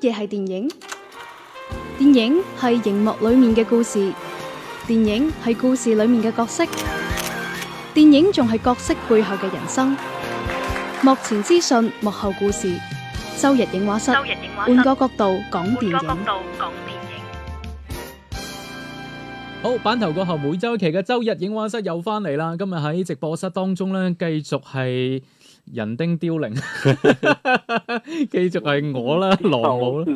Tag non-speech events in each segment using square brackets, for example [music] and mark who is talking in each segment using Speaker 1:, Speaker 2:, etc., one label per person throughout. Speaker 1: 嘢係電影？電影係熒幕裏面嘅故事，電影係故事裏面嘅角色，電影仲係角色背後嘅人生。幕前資訊，幕後故事。周日映畫室，
Speaker 2: 周日映畫室
Speaker 1: 換個角度講電
Speaker 2: 換個角
Speaker 1: 影。
Speaker 2: 度講電影。
Speaker 3: 好，版頭過後每周一期嘅周日影畫室又翻嚟啦。今日喺直播室當中咧，繼續係人丁凋零， [laughs] 繼續係我
Speaker 4: [laughs]
Speaker 3: 啦，羅姆啦。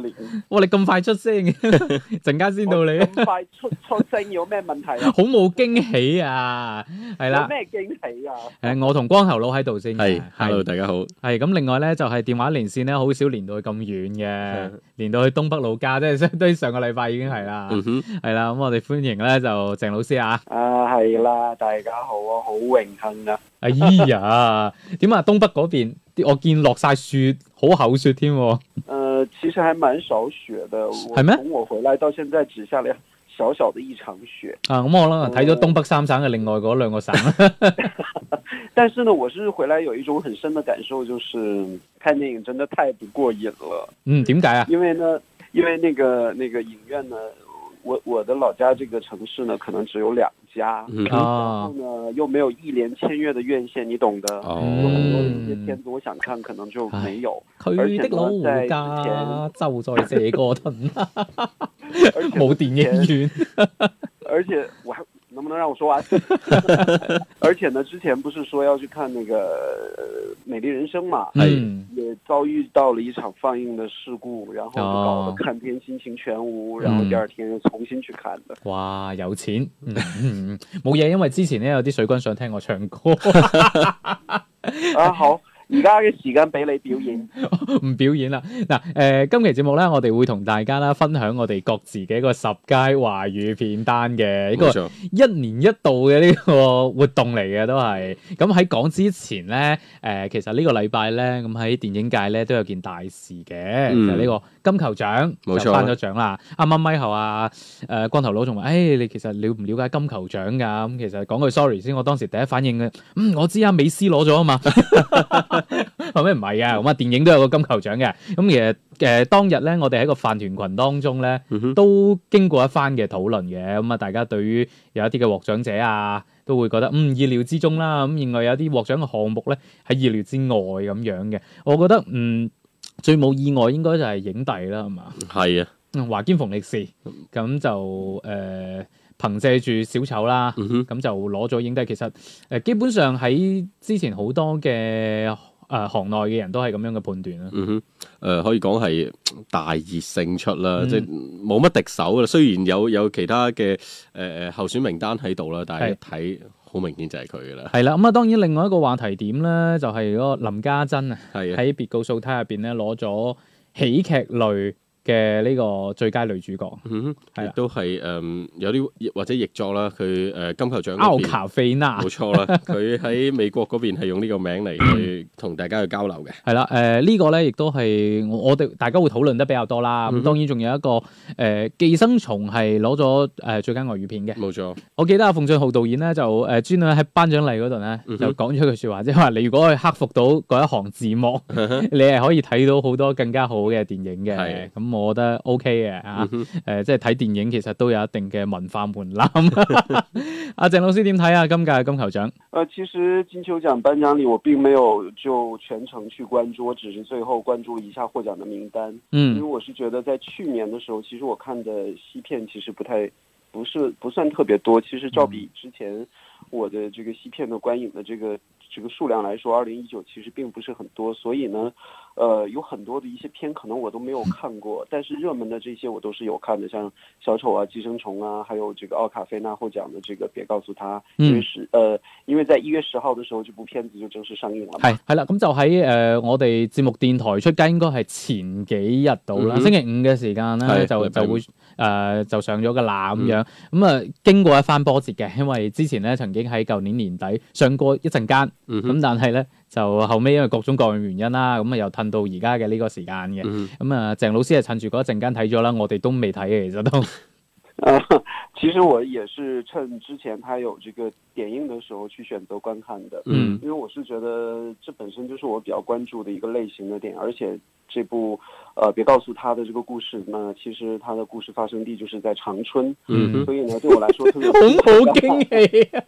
Speaker 3: 哇，你咁快出聲 [laughs] 嘅，陣間先到你，
Speaker 4: 咁快出出聲有咩問題啊？
Speaker 3: 好冇驚喜啊！係
Speaker 4: 有
Speaker 3: 啦，
Speaker 4: 咩驚喜啊？
Speaker 3: 誒，我同光頭佬喺度先嘅，
Speaker 5: 系，hello，大家好，
Speaker 3: 嗯係咁，另外咧就係、電話連線咧，好少連到去咁遠嘅，連到去東北老家，即係相對上個禮拜已經係啦，
Speaker 5: 嗯哼，
Speaker 3: 係啦、咁我哋歡迎咧就鄭老師啊。
Speaker 4: 啊，係啦，大家好啊，好榮幸啊！
Speaker 3: 哎呀，點啊？東北嗰邊我見落晒雪，好厚雪添喎。
Speaker 4: 呃，其實還蠻少雪的，我
Speaker 3: 係咩
Speaker 4: 從我回來到現在只下了小小的一場雪，
Speaker 3: 啊，咁我可能睇咗東北三省嘅另外嗰兩個省啦。
Speaker 4: 但是呢，我是回來有一種很深的感受，就是看電影真的太不過癮了，
Speaker 3: [laughs] 嗯，點解啊？
Speaker 4: 因為呢，因為那個那個影院呢，我我的老家這個城市呢，可能只有兩家。
Speaker 5: 嗯哼，
Speaker 4: 然
Speaker 3: 啊哦
Speaker 4: 後，呢，又沒有一連簽約的院線，你懂的。
Speaker 3: 嗯
Speaker 4: 有很多的一些
Speaker 5: 哦，
Speaker 4: 片子，我想看，可能就沒有。
Speaker 3: 佢的老家就在這個屯，
Speaker 4: 而且
Speaker 3: [laughs] 冇電影院。
Speaker 4: 而且我还能不能让我
Speaker 3: [laughs]
Speaker 4: 说完？ [laughs] 而且呢，之前不是说要去看那个呃《美丽人生》嘛，
Speaker 3: 嗯，
Speaker 4: 也遭遇到了一场放映的事故，然后就搞得
Speaker 3: 哦嗯
Speaker 4: 看片心情全无，然后第二天又重新去看的。
Speaker 3: 哇，有錢，嗯嗯冇嘢，因為之前咧有啲水軍想聽我唱歌， [laughs]
Speaker 4: 啊，好，而家嘅時間俾你
Speaker 3: [laughs]
Speaker 4: 表演。
Speaker 3: 唔表演啦。嗱，誒，今期節目咧，我哋會同大家啦分享我哋各自嘅一個十佳華語片單嘅一個
Speaker 5: 冇。錯，
Speaker 3: 一年一度嘅呢個活動嚟嘅都係。咁喺講之前咧，誒、其實呢個禮拜咧，咁喺電影界咧都有件大事嘅，
Speaker 5: 嗯
Speaker 3: 就係呢個金球獎
Speaker 5: 冇錯
Speaker 3: 就頒咗獎啦。啱啱咪後啊，誒、光頭佬仲話：，誒、你其實了唔了解金球獎㗎？咁其實講句 sorry 先，我當時第一反應嘅，嗯，我知啊，美斯攞咗啊嘛。 [laughs] 後尾唔係啊，咁啊，電影都有個金球獎嘅。咁其實誒、當日咧，我哋喺個飯團群當中咧。
Speaker 5: 嗯哼，
Speaker 3: 都經過一番嘅討論嘅，咁啊，大家對於有一啲嘅獲獎者啊，都會覺得嗯意料之中啦，咁另外有啲獲獎嘅項目咧喺意料之外咁樣嘅，我覺得嗯最冇意外應該就係影帝啦，係嘛？
Speaker 5: 係啊，
Speaker 3: 嗯華堅馮力士咁就誒、呃、憑藉住小丑啦。
Speaker 5: 嗯哼，
Speaker 3: 咁就攞咗影帝。其實誒、呃基本上喺之前好多嘅誒、呃行內嘅人都係咁樣嘅判斷啦。
Speaker 5: 嗯哼，誒可以講係大熱勝出啦，
Speaker 3: 嗯
Speaker 5: 即係冇乜敵手啦。雖然有有其他嘅誒誒候選名單喺度啦，但係一睇好明顯就係佢噶啦，
Speaker 3: 係啦，咁啊當然另外一個話題點咧，就係、嗰個林家珍啊。
Speaker 5: 係啊，
Speaker 3: 喺《別告訴他》入邊咧攞咗喜劇類嘅呢個最佳女主角
Speaker 5: 嗯
Speaker 3: 係啊啦
Speaker 5: 哼，亦都係誒有啲或者譯作啦，佢誒金球獎
Speaker 3: 奧
Speaker 5: 嗰邊。
Speaker 3: 卡菲娜
Speaker 5: 冇，
Speaker 3: [laughs]
Speaker 5: 錯啦，佢喺美國嗰邊係用呢個名嚟去同大家去交流嘅。
Speaker 3: 係啦，誒呢個咧亦都係我我哋大家會討論得比較多啦。
Speaker 5: 嗯
Speaker 3: 咁
Speaker 5: 哼
Speaker 3: 當然仲有一個誒《寄生蟲》係攞咗誒最佳外語片嘅。
Speaker 5: 冇錯，
Speaker 3: 我記得阿馮俊浩導演咧就呃誒專登喺頒獎禮嗰度咧
Speaker 5: 嗯哼
Speaker 3: 就講咗一句説話，即係話你如果可以克服
Speaker 5: [laughs]
Speaker 3: 到嗰一行字幕，你係可以睇到好多更加好嘅電影嘅
Speaker 5: 係。
Speaker 3: 咁我覺得 OK 嘅啊。
Speaker 5: 嗯哼
Speaker 3: 誒、即係睇電影其實都有一定嘅文化門檻。 [laughs] 阿鄭老師點睇啊？今屆嘅金球獎，
Speaker 4: 呃，其實金球獎頒獎禮我並沒有就全程去關注，我只是最後關注了一下獲獎的名單。因为
Speaker 3: 嗯
Speaker 4: 我是觉得在去年的时候，其实我看的西片其实不太，不是不算特别多。其实照
Speaker 3: 嗯
Speaker 4: 比之前我的这个西片的观影的这个这个数量来说，二零一九其实并不是很多。所以呢，呃，有很多的一些片可能我都没有看过，但是热门的这些我都是有看的，像小丑啊、寄生虫啊，还有这个奥卡菲娜获奖的这个别告诉他，因为
Speaker 3: 嗯，
Speaker 4: 十呃，因为在一月十号的时候，这部片子就正式上映
Speaker 5: 啊
Speaker 4: 了嘛。
Speaker 3: 係係啦，咁就喺誒、我哋節目電台出街應該係前幾日到啦，
Speaker 5: 嗯哼
Speaker 3: 星期五嘅時間咧
Speaker 5: 係
Speaker 3: 就
Speaker 5: 禮拜
Speaker 3: 就
Speaker 5: 五嗯
Speaker 3: 會誒、就上咗個啦咁樣。咁啊、經過一番波折嘅，因為之前咧曾經喺舊年年底上過一陣間，咁、
Speaker 5: 嗯哼，
Speaker 3: 但係咧就後尾因為各種各樣原因啦，咁啊又褪到而家嘅呢個時間嘅。
Speaker 5: 嗯哼
Speaker 3: 咁啊，鄭老師係趁住嗰一陣間睇咗啦，我哋都未睇嘅，其實都。
Speaker 4: 啊，其实我也是趁之前它有这个点映的时候去选择观看的，
Speaker 5: 嗯
Speaker 4: 因为我是觉得这本身就是我比较关注的一个类型的电影，而且这部呃别告诉他的这个故事呢，其实它的故事发生地就是在长春，
Speaker 5: 嗯
Speaker 4: 所以呢对我来说特别
Speaker 3: 好惊喜啊！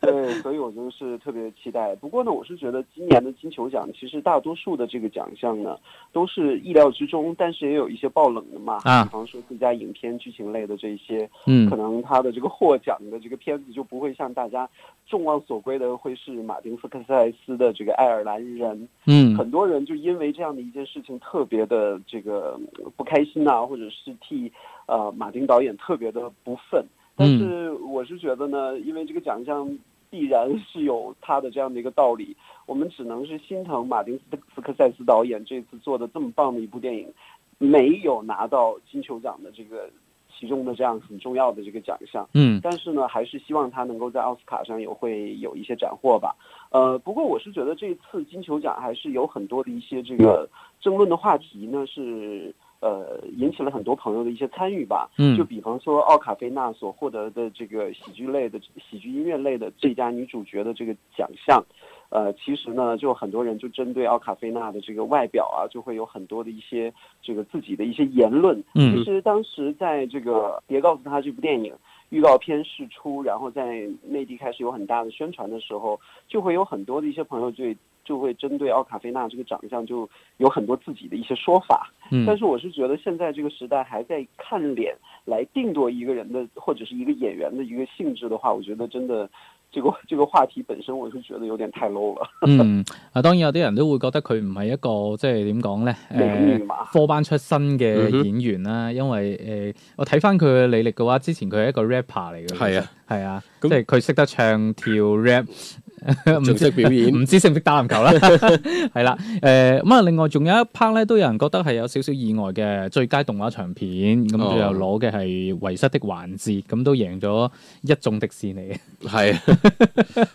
Speaker 4: 对，所以我就是特别期待。不过呢，我是觉得今年的金球奖其实大多数的这个奖项呢，都是意料之中，但是也有一些爆冷的嘛。
Speaker 3: 啊
Speaker 4: [laughs] 比方说最佳影片、剧情类的这一些，
Speaker 3: 嗯
Speaker 4: 可能它的这个获奖的这个片子就不会像大家众望所归的，会是马丁斯科塞斯的这个《爱尔兰人》。
Speaker 3: 嗯
Speaker 4: 很多人就因为这样的一件事情特别的这个呃不开心呐、或者是替呃马丁导演特别的不忿。但是我是觉得呢，因为这个奖项必然是有它的这样的一个道理，我们只能是心疼马丁斯斯科塞斯导演这次做的这么棒的一部电影，没有拿到金球奖的这个其中的这样很重要的这个奖项。
Speaker 3: 嗯
Speaker 4: 但是呢，还是希望他能够在奥斯卡上也会有一些斩获吧。呃，不过我是觉得这次金球奖还是有很多的一些这个争论的话题呢，是呃引起了很多朋友的一些参与吧。
Speaker 3: 嗯
Speaker 4: 就比方说奥卡菲娜所获得的这个喜剧类的喜剧音乐类的最佳女主角的这个奖项，呃，其实呢，就很多人就针对奥卡菲娜的这个外表啊，就会有很多的一些这个自己的一些言论。
Speaker 3: 嗯
Speaker 4: 其实当时在这个《别告诉他》这部电影预告片释出，然后在内地开始有很大的宣传的时候，就会有很多的一些朋友对就会针对奥卡菲娜这个长相就有很多自己的一些说法。但
Speaker 3: 嗯
Speaker 4: 是我是觉得现在这个时代还在看脸来定夺一个人的或者是一个演员的一个性质的话，我觉得真的这个这个话题本身我是觉得有点太 low 了，
Speaker 3: 嗯，啊，當然有啲人都會覺得佢唔係一個即係點講咧，
Speaker 4: 美女
Speaker 3: 誒
Speaker 4: 嘛。
Speaker 3: 科班出身嘅
Speaker 5: 嗯哼
Speaker 3: 演員啦，因為誒我睇翻佢嘅履歷嘅話，之前佢係一個 rapper 嚟嘅，
Speaker 5: 係啊
Speaker 3: 其實，係啊，即
Speaker 5: 咁
Speaker 3: 係佢識得唱跳 rap，唔
Speaker 5: 仲
Speaker 3: 知
Speaker 5: 識表演，
Speaker 3: 唔知識唔識打籃球啦，
Speaker 5: [laughs]
Speaker 3: [laughs] 係啦，誒咁啊，另外仲有一 part 咧，都有人覺得係有少少意外嘅最佳動畫長片，咁
Speaker 5: 哦
Speaker 3: 最後攞嘅係《遺失的環節》，咁都贏咗一眾迪士尼嘅，
Speaker 5: 係啊。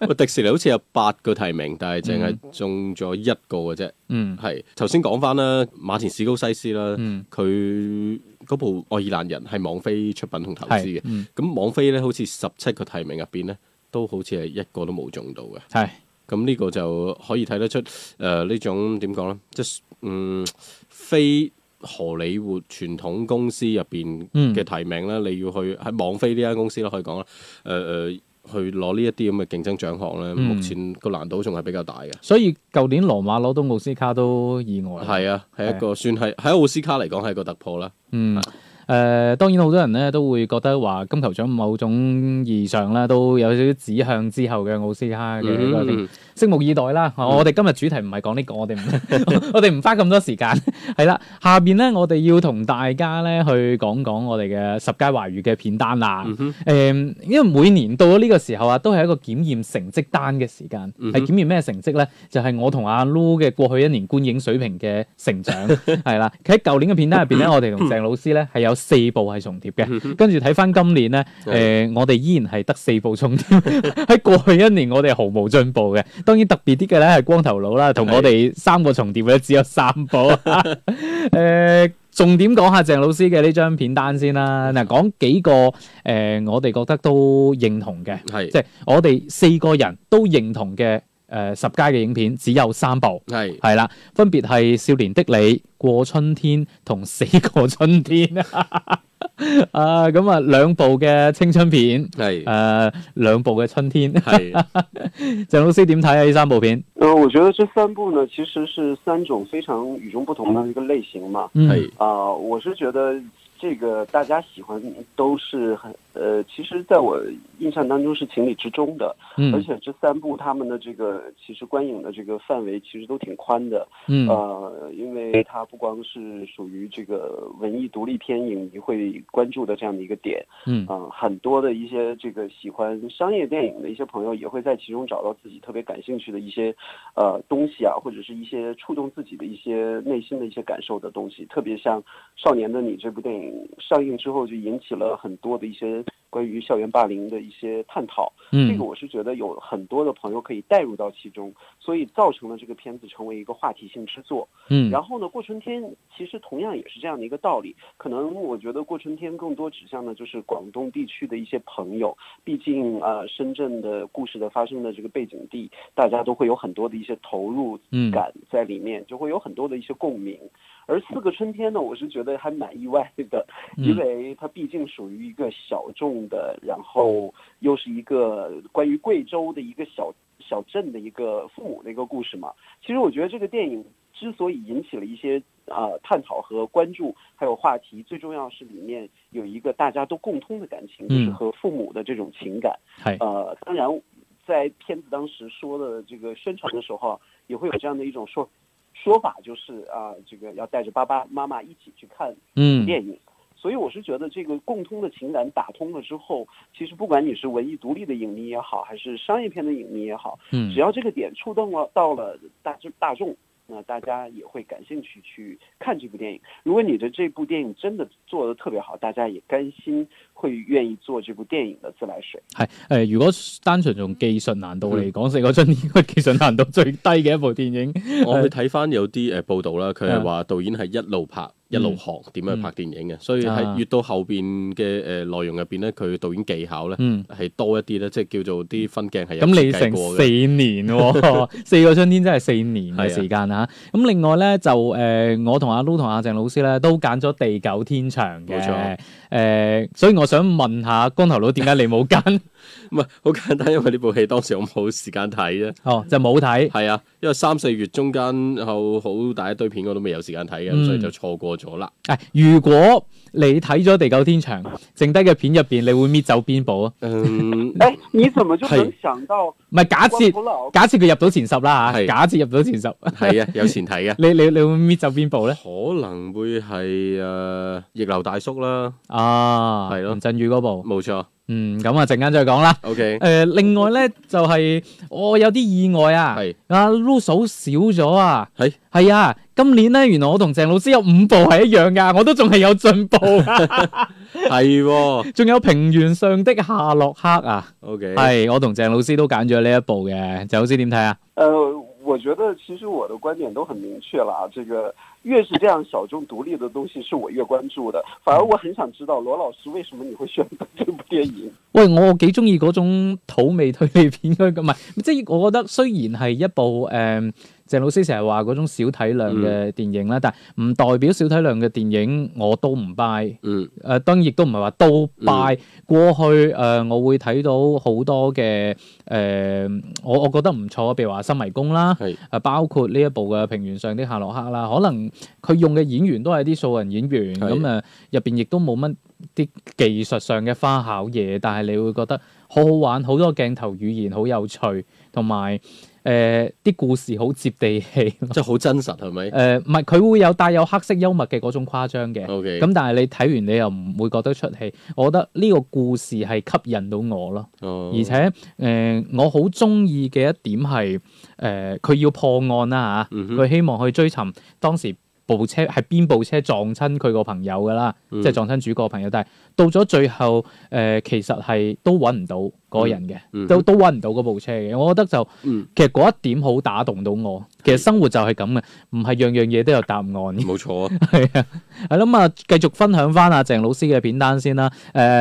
Speaker 5: 喂迪士尼好似有八個提名，但係淨係中咗一個嘅啫。
Speaker 3: 嗯
Speaker 5: 係頭先講翻啦，馬田史高西斯啦，
Speaker 3: 嗯，
Speaker 5: 佢嗰部愛爾蘭人係網飛出品同投資
Speaker 3: 係
Speaker 5: 嘅。
Speaker 3: 嗯
Speaker 5: 咁網飛咧，好似十七個提名入邊咧，都好似係一個都冇中到嘅。
Speaker 3: 係
Speaker 5: 咁呢個就可以睇得出誒呃呢、種點講咧，即係嗯非荷里活傳統公司入邊
Speaker 3: 嗯
Speaker 5: 嘅提名啦，你要去喺網飛呢間公司啦，可以講啦，誒、呃、誒。去攞呢一啲咁嘅競爭獎項咧，
Speaker 3: 嗯
Speaker 5: 目前個難度仲係比較大嘅。
Speaker 3: 所以舊年羅馬攞到奧斯卡都意外。
Speaker 5: 係啊，係一個算係喺奧斯卡嚟講係一個突破啦。
Speaker 3: 嗯。誒、當然好多人咧都會覺得話金球獎某種意義上咧都有少少指向之後嘅奧斯卡嘅一個定
Speaker 5: 嗯
Speaker 3: 拭目以待啦。我哋今日主題唔係 [laughs] 講呢個，我哋唔我哋唔花咁多時間，係啦。下邊咧，我哋要同大家咧去講講我哋嘅十佳華語嘅片單啦。誒、
Speaker 5: 嗯哼
Speaker 3: 因為每年到咗呢個時候啊，都係一個檢驗成績單嘅時間，
Speaker 5: 嗯
Speaker 3: 係
Speaker 5: 哼
Speaker 3: 檢驗咩成績咧？就係、我同阿 Lu 嘅過去一年觀影水平嘅成長，
Speaker 5: [laughs]
Speaker 3: 係啦。喺舊年嘅片單入邊咧，我哋同鄭老師咧係有四部係重疊嘅。
Speaker 5: 嗯哼
Speaker 3: 跟住睇翻今年咧，誒、我哋依然係得四部重添。 [laughs] 喺過去一年我哋係毫無進步嘅。當然特別啲嘅咧係光頭佬啦，同我哋三個重疊嘅只有三部。 [laughs] 誒、重點講下鄭老師嘅呢張片單先啦。嗱，講幾個誒、我哋覺得都認同嘅，
Speaker 5: 係
Speaker 3: 即係我哋四個人都認同嘅誒、十佳嘅影片，只有三部。
Speaker 5: 嗯係
Speaker 3: 係啦，分別係《少年的你》、《過春天》同《死過春天》 [laughs] 啊，咁啊兩部嘅青春片，
Speaker 5: 係
Speaker 3: 诶、兩部嘅春天， [laughs]
Speaker 5: 係
Speaker 3: 鄭老師點睇啊？呢三部片，
Speaker 4: 呃，我觉得这三部呢，其实是三种非常與眾不同的一个类型嘛。
Speaker 3: 嗯
Speaker 5: 係
Speaker 4: 啊、我是觉得这个大家喜欢都是很呃，其实在我印象当中是情理之中的。而
Speaker 3: 嗯
Speaker 4: 且这三部他们的这个其实观影的这个范围其实都挺宽的。
Speaker 3: 嗯
Speaker 4: 呃，因为它不光是属于这个文艺独立片影迷会关注的这样的一个点，
Speaker 3: 嗯
Speaker 4: 嗯、很多的一些这个喜欢商业电影的一些朋友也会在其中找到自己特别感兴趣的一些呃东西啊，或者是一些触动自己的一些内心的一些感受的东西。特别像《少年的你》这部电影上映之后，就引起了很多的一些。关于校园霸凌的一些探讨。这
Speaker 3: 嗯
Speaker 4: 个我是觉得有很多的朋友可以带入到其中，所以造成了这个片子成为一个话题性之作。
Speaker 3: 嗯
Speaker 4: 然后呢，过春天其实同样也是这样的一个道理。可能我觉得过春天更多指向的就是广东地区的一些朋友，毕竟呃深圳的故事的发生的这个背景地，大家都会有很多的一些投入
Speaker 3: 嗯
Speaker 4: 感在里面，就会有很多的一些共鸣。而四个春天呢，我是觉得还蛮意外的，因
Speaker 3: 嗯
Speaker 4: 为它毕竟属于一个小众的，然后又是一个关于贵州的一个小小镇的一个父母的一个故事嘛。其实我觉得这个电影之所以引起了一些呃探讨和关注，还有话题，最重要是里面有一个大家都共通的感情，就是
Speaker 3: 嗯
Speaker 4: 和父母的这种情感。
Speaker 3: 係
Speaker 4: 呃，当然，在片子当时说的这个宣传的时候啊，也会有这样的一种说说法，就是啊、这个要带着爸爸妈妈一起去看
Speaker 3: 嗯
Speaker 4: 电影。所以我是觉得这个共通的情感打通了之后，其实不管你是文艺独立的影迷也好，还是商业片的影迷也好，
Speaker 3: 嗯
Speaker 4: 只要这个点触动了到了大众大众，那大家也会感兴趣去看这部电影。如果你的这部电影真的做得特别好，大家也甘心会愿意做这部电影的自来水。
Speaker 3: 係誒，如果單純從技術難度嚟講，四個春應該技術難度最低嘅一部電影。
Speaker 5: 我去睇翻有啲誒呃報道啦，
Speaker 3: 啊
Speaker 5: 佢係話導演係一路拍一路學點樣拍電影嘅，所以
Speaker 3: 嗯啊
Speaker 5: 係越到後邊嘅誒呃內容入邊咧，佢導演技巧咧
Speaker 3: 嗯。
Speaker 5: 係多一啲咧，即係叫做啲分鏡係
Speaker 3: 咁
Speaker 5: 有
Speaker 3: 你
Speaker 5: 設計
Speaker 3: 成
Speaker 5: 過嘅
Speaker 3: 四年
Speaker 5: [laughs]
Speaker 3: 喎，四個春天真係四年嘅時間啊！咁另外咧就誒、呃我同阿 Lu 同阿鄭老師咧都揀咗地久天長嘅，
Speaker 5: 冇
Speaker 3: 誒
Speaker 5: 錯、
Speaker 3: 所以我想問下光頭佬點解你冇
Speaker 5: [laughs]
Speaker 3: 揀？
Speaker 5: 唔係好簡單，因為呢部戲當時我冇時間睇
Speaker 3: [laughs]
Speaker 5: 啫。
Speaker 3: 哦，就冇睇。
Speaker 5: 係啊，因為三四月中間後好大一堆片我都未有時間睇嘅，咁、
Speaker 3: 嗯
Speaker 5: 所以就錯過咗啦。
Speaker 3: 誒、哎如果你睇咗地久天長，剩低嘅片入邊，你會搣走邊部啊？ [laughs]
Speaker 5: 嗯，
Speaker 4: 哎，你怎么就能
Speaker 5: 嘿
Speaker 4: 想到
Speaker 3: 唔係假
Speaker 4: 光
Speaker 3: 設，
Speaker 4: 头佬
Speaker 3: 假設佢入到前十啦嚇，
Speaker 5: 係
Speaker 3: 假設入到前十，。
Speaker 5: 係啊，有前提嘅
Speaker 3: 你你你會搣走邊部咧？
Speaker 5: 可能會係誒、呃逆流大叔啦，
Speaker 3: 啊，
Speaker 5: 係咯
Speaker 3: 吳鎮宇嗰部，
Speaker 5: 冇錯。
Speaker 3: 嗯，咁啊陣間再講啦。
Speaker 5: OK，
Speaker 3: 誒、另外
Speaker 5: [laughs]
Speaker 3: 咧就係、我有啲意外啊，
Speaker 5: 係
Speaker 3: 阿 Lu 數少咗啊，
Speaker 5: 係
Speaker 3: 係啊，今年咧原來我同鄭老師有五部係一樣噶，我都仲係有進步
Speaker 5: [laughs]
Speaker 3: 啊，
Speaker 5: 係喎。
Speaker 3: 仲有平原上的夏洛克啊，
Speaker 5: OK，
Speaker 3: 係我同鄭老師都揀咗呢一部嘅，鄭老師點睇啊？
Speaker 4: 呃，我觉得其实我的观点都很明确了啊。这个越是这样小众独立的东西，是我越关注的。反而我很想知道罗老师为什么你会选择这部电影？
Speaker 3: 喂，我幾中意嗰種土味推理片嗰個唔係，即係我覺得雖然係一部誒、鄭老師成日話嗰種小體量
Speaker 5: 嗯
Speaker 3: 嘅電影啦，但係唔代表小體量嘅電影我都唔 buy。
Speaker 5: 嗯
Speaker 3: 誒、當呃然亦都唔係話都拜、過去誒、呃我會睇到好多嘅誒、呃我我覺得唔錯，譬如話《新迷宮》啦，
Speaker 5: 係
Speaker 3: 誒、包括呢一部嘅《平原上的夏洛克》啦，可能佢用嘅演員都係啲素人演員，
Speaker 5: 係
Speaker 3: 咁誒入邊亦都冇乜啲技術上嘅花巧嘢，但係你會覺得好好玩，好多鏡頭語言好有趣，同埋誒啲故事好接地氣。 [laughs]
Speaker 5: 即係好真實係咪
Speaker 3: 誒唔係佢會有帶有黑色幽默嘅嗰種誇張嘅。
Speaker 5: ？OK，
Speaker 3: 咁但係你睇完你又唔會覺得出戲，我覺得呢個故事係吸引到我咯，
Speaker 5: 哦
Speaker 3: 而且誒、呃我好中意嘅一點係誒佢要破案啦
Speaker 5: 嗯
Speaker 3: 嚇，
Speaker 5: 哼
Speaker 3: 佢、希望去追尋當時部車係邊部車撞親佢個朋友噶啦，
Speaker 5: 嗯
Speaker 3: 即係撞親主角嘅朋友，但係到咗最後誒、呃其實係都揾唔到嗰個人嘅，
Speaker 5: 嗯
Speaker 3: 都都揾唔到嗰部車嘅，我覺得就。
Speaker 5: 嗯
Speaker 3: 其實嗰一點好打動到我。其實生活就係咁嘅，唔係樣樣嘢都有答案嘅。
Speaker 5: [laughs] 冇錯啊。
Speaker 3: [laughs] 係啊，係咁啊，繼續分享翻阿鄭老師嘅片單先啦。誒、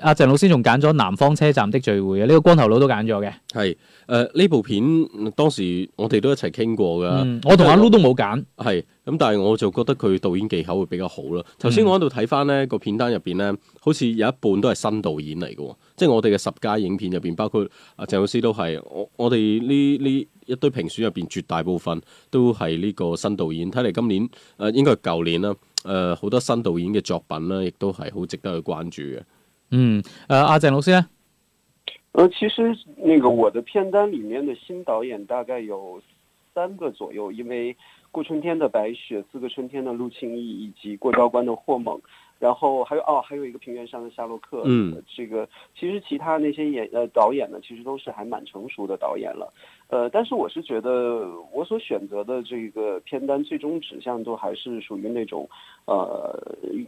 Speaker 3: 阿鄭老師仲揀咗《南方車站的聚會》嘅，呢、個光頭佬都揀咗嘅。
Speaker 5: 係誒呢部片嗯當時我哋都一齊傾過㗎。
Speaker 3: 嗯，我同阿 Lu 都冇揀。
Speaker 5: 係咁，但係我就覺得佢導演技巧會比較好啦。頭
Speaker 3: 嗯
Speaker 5: 先我喺度睇翻呢個片單入邊呢，好似有一半都係新導演嚟嘅喎，即係我哋嘅十佳影片入邊，包括阿鄭老師都係我我哋呢呢一堆評選入邊絕大部分都係呢個新導演。睇嚟今年誒、呃、應該係舊年啦，誒、好多新導演嘅作品啦，亦都係好值得去關注嘅。
Speaker 3: 嗯，誒、阿鄭老師咧，
Speaker 4: 呃，其实那个我的片单里面的新导演大概有三个左右，因为《过春天的白雪》、《四个春天》的陆庆义以及《过昭关》的霍猛，然后还有哦，还有一个《平原上的夏洛克》。
Speaker 5: 嗯
Speaker 4: 呃，这个其实其他那些演呃导演呢，其实都是还蛮成熟的导演了。呃，但是我是觉得我所选择的这个片单，最终指向都还是属于那种呃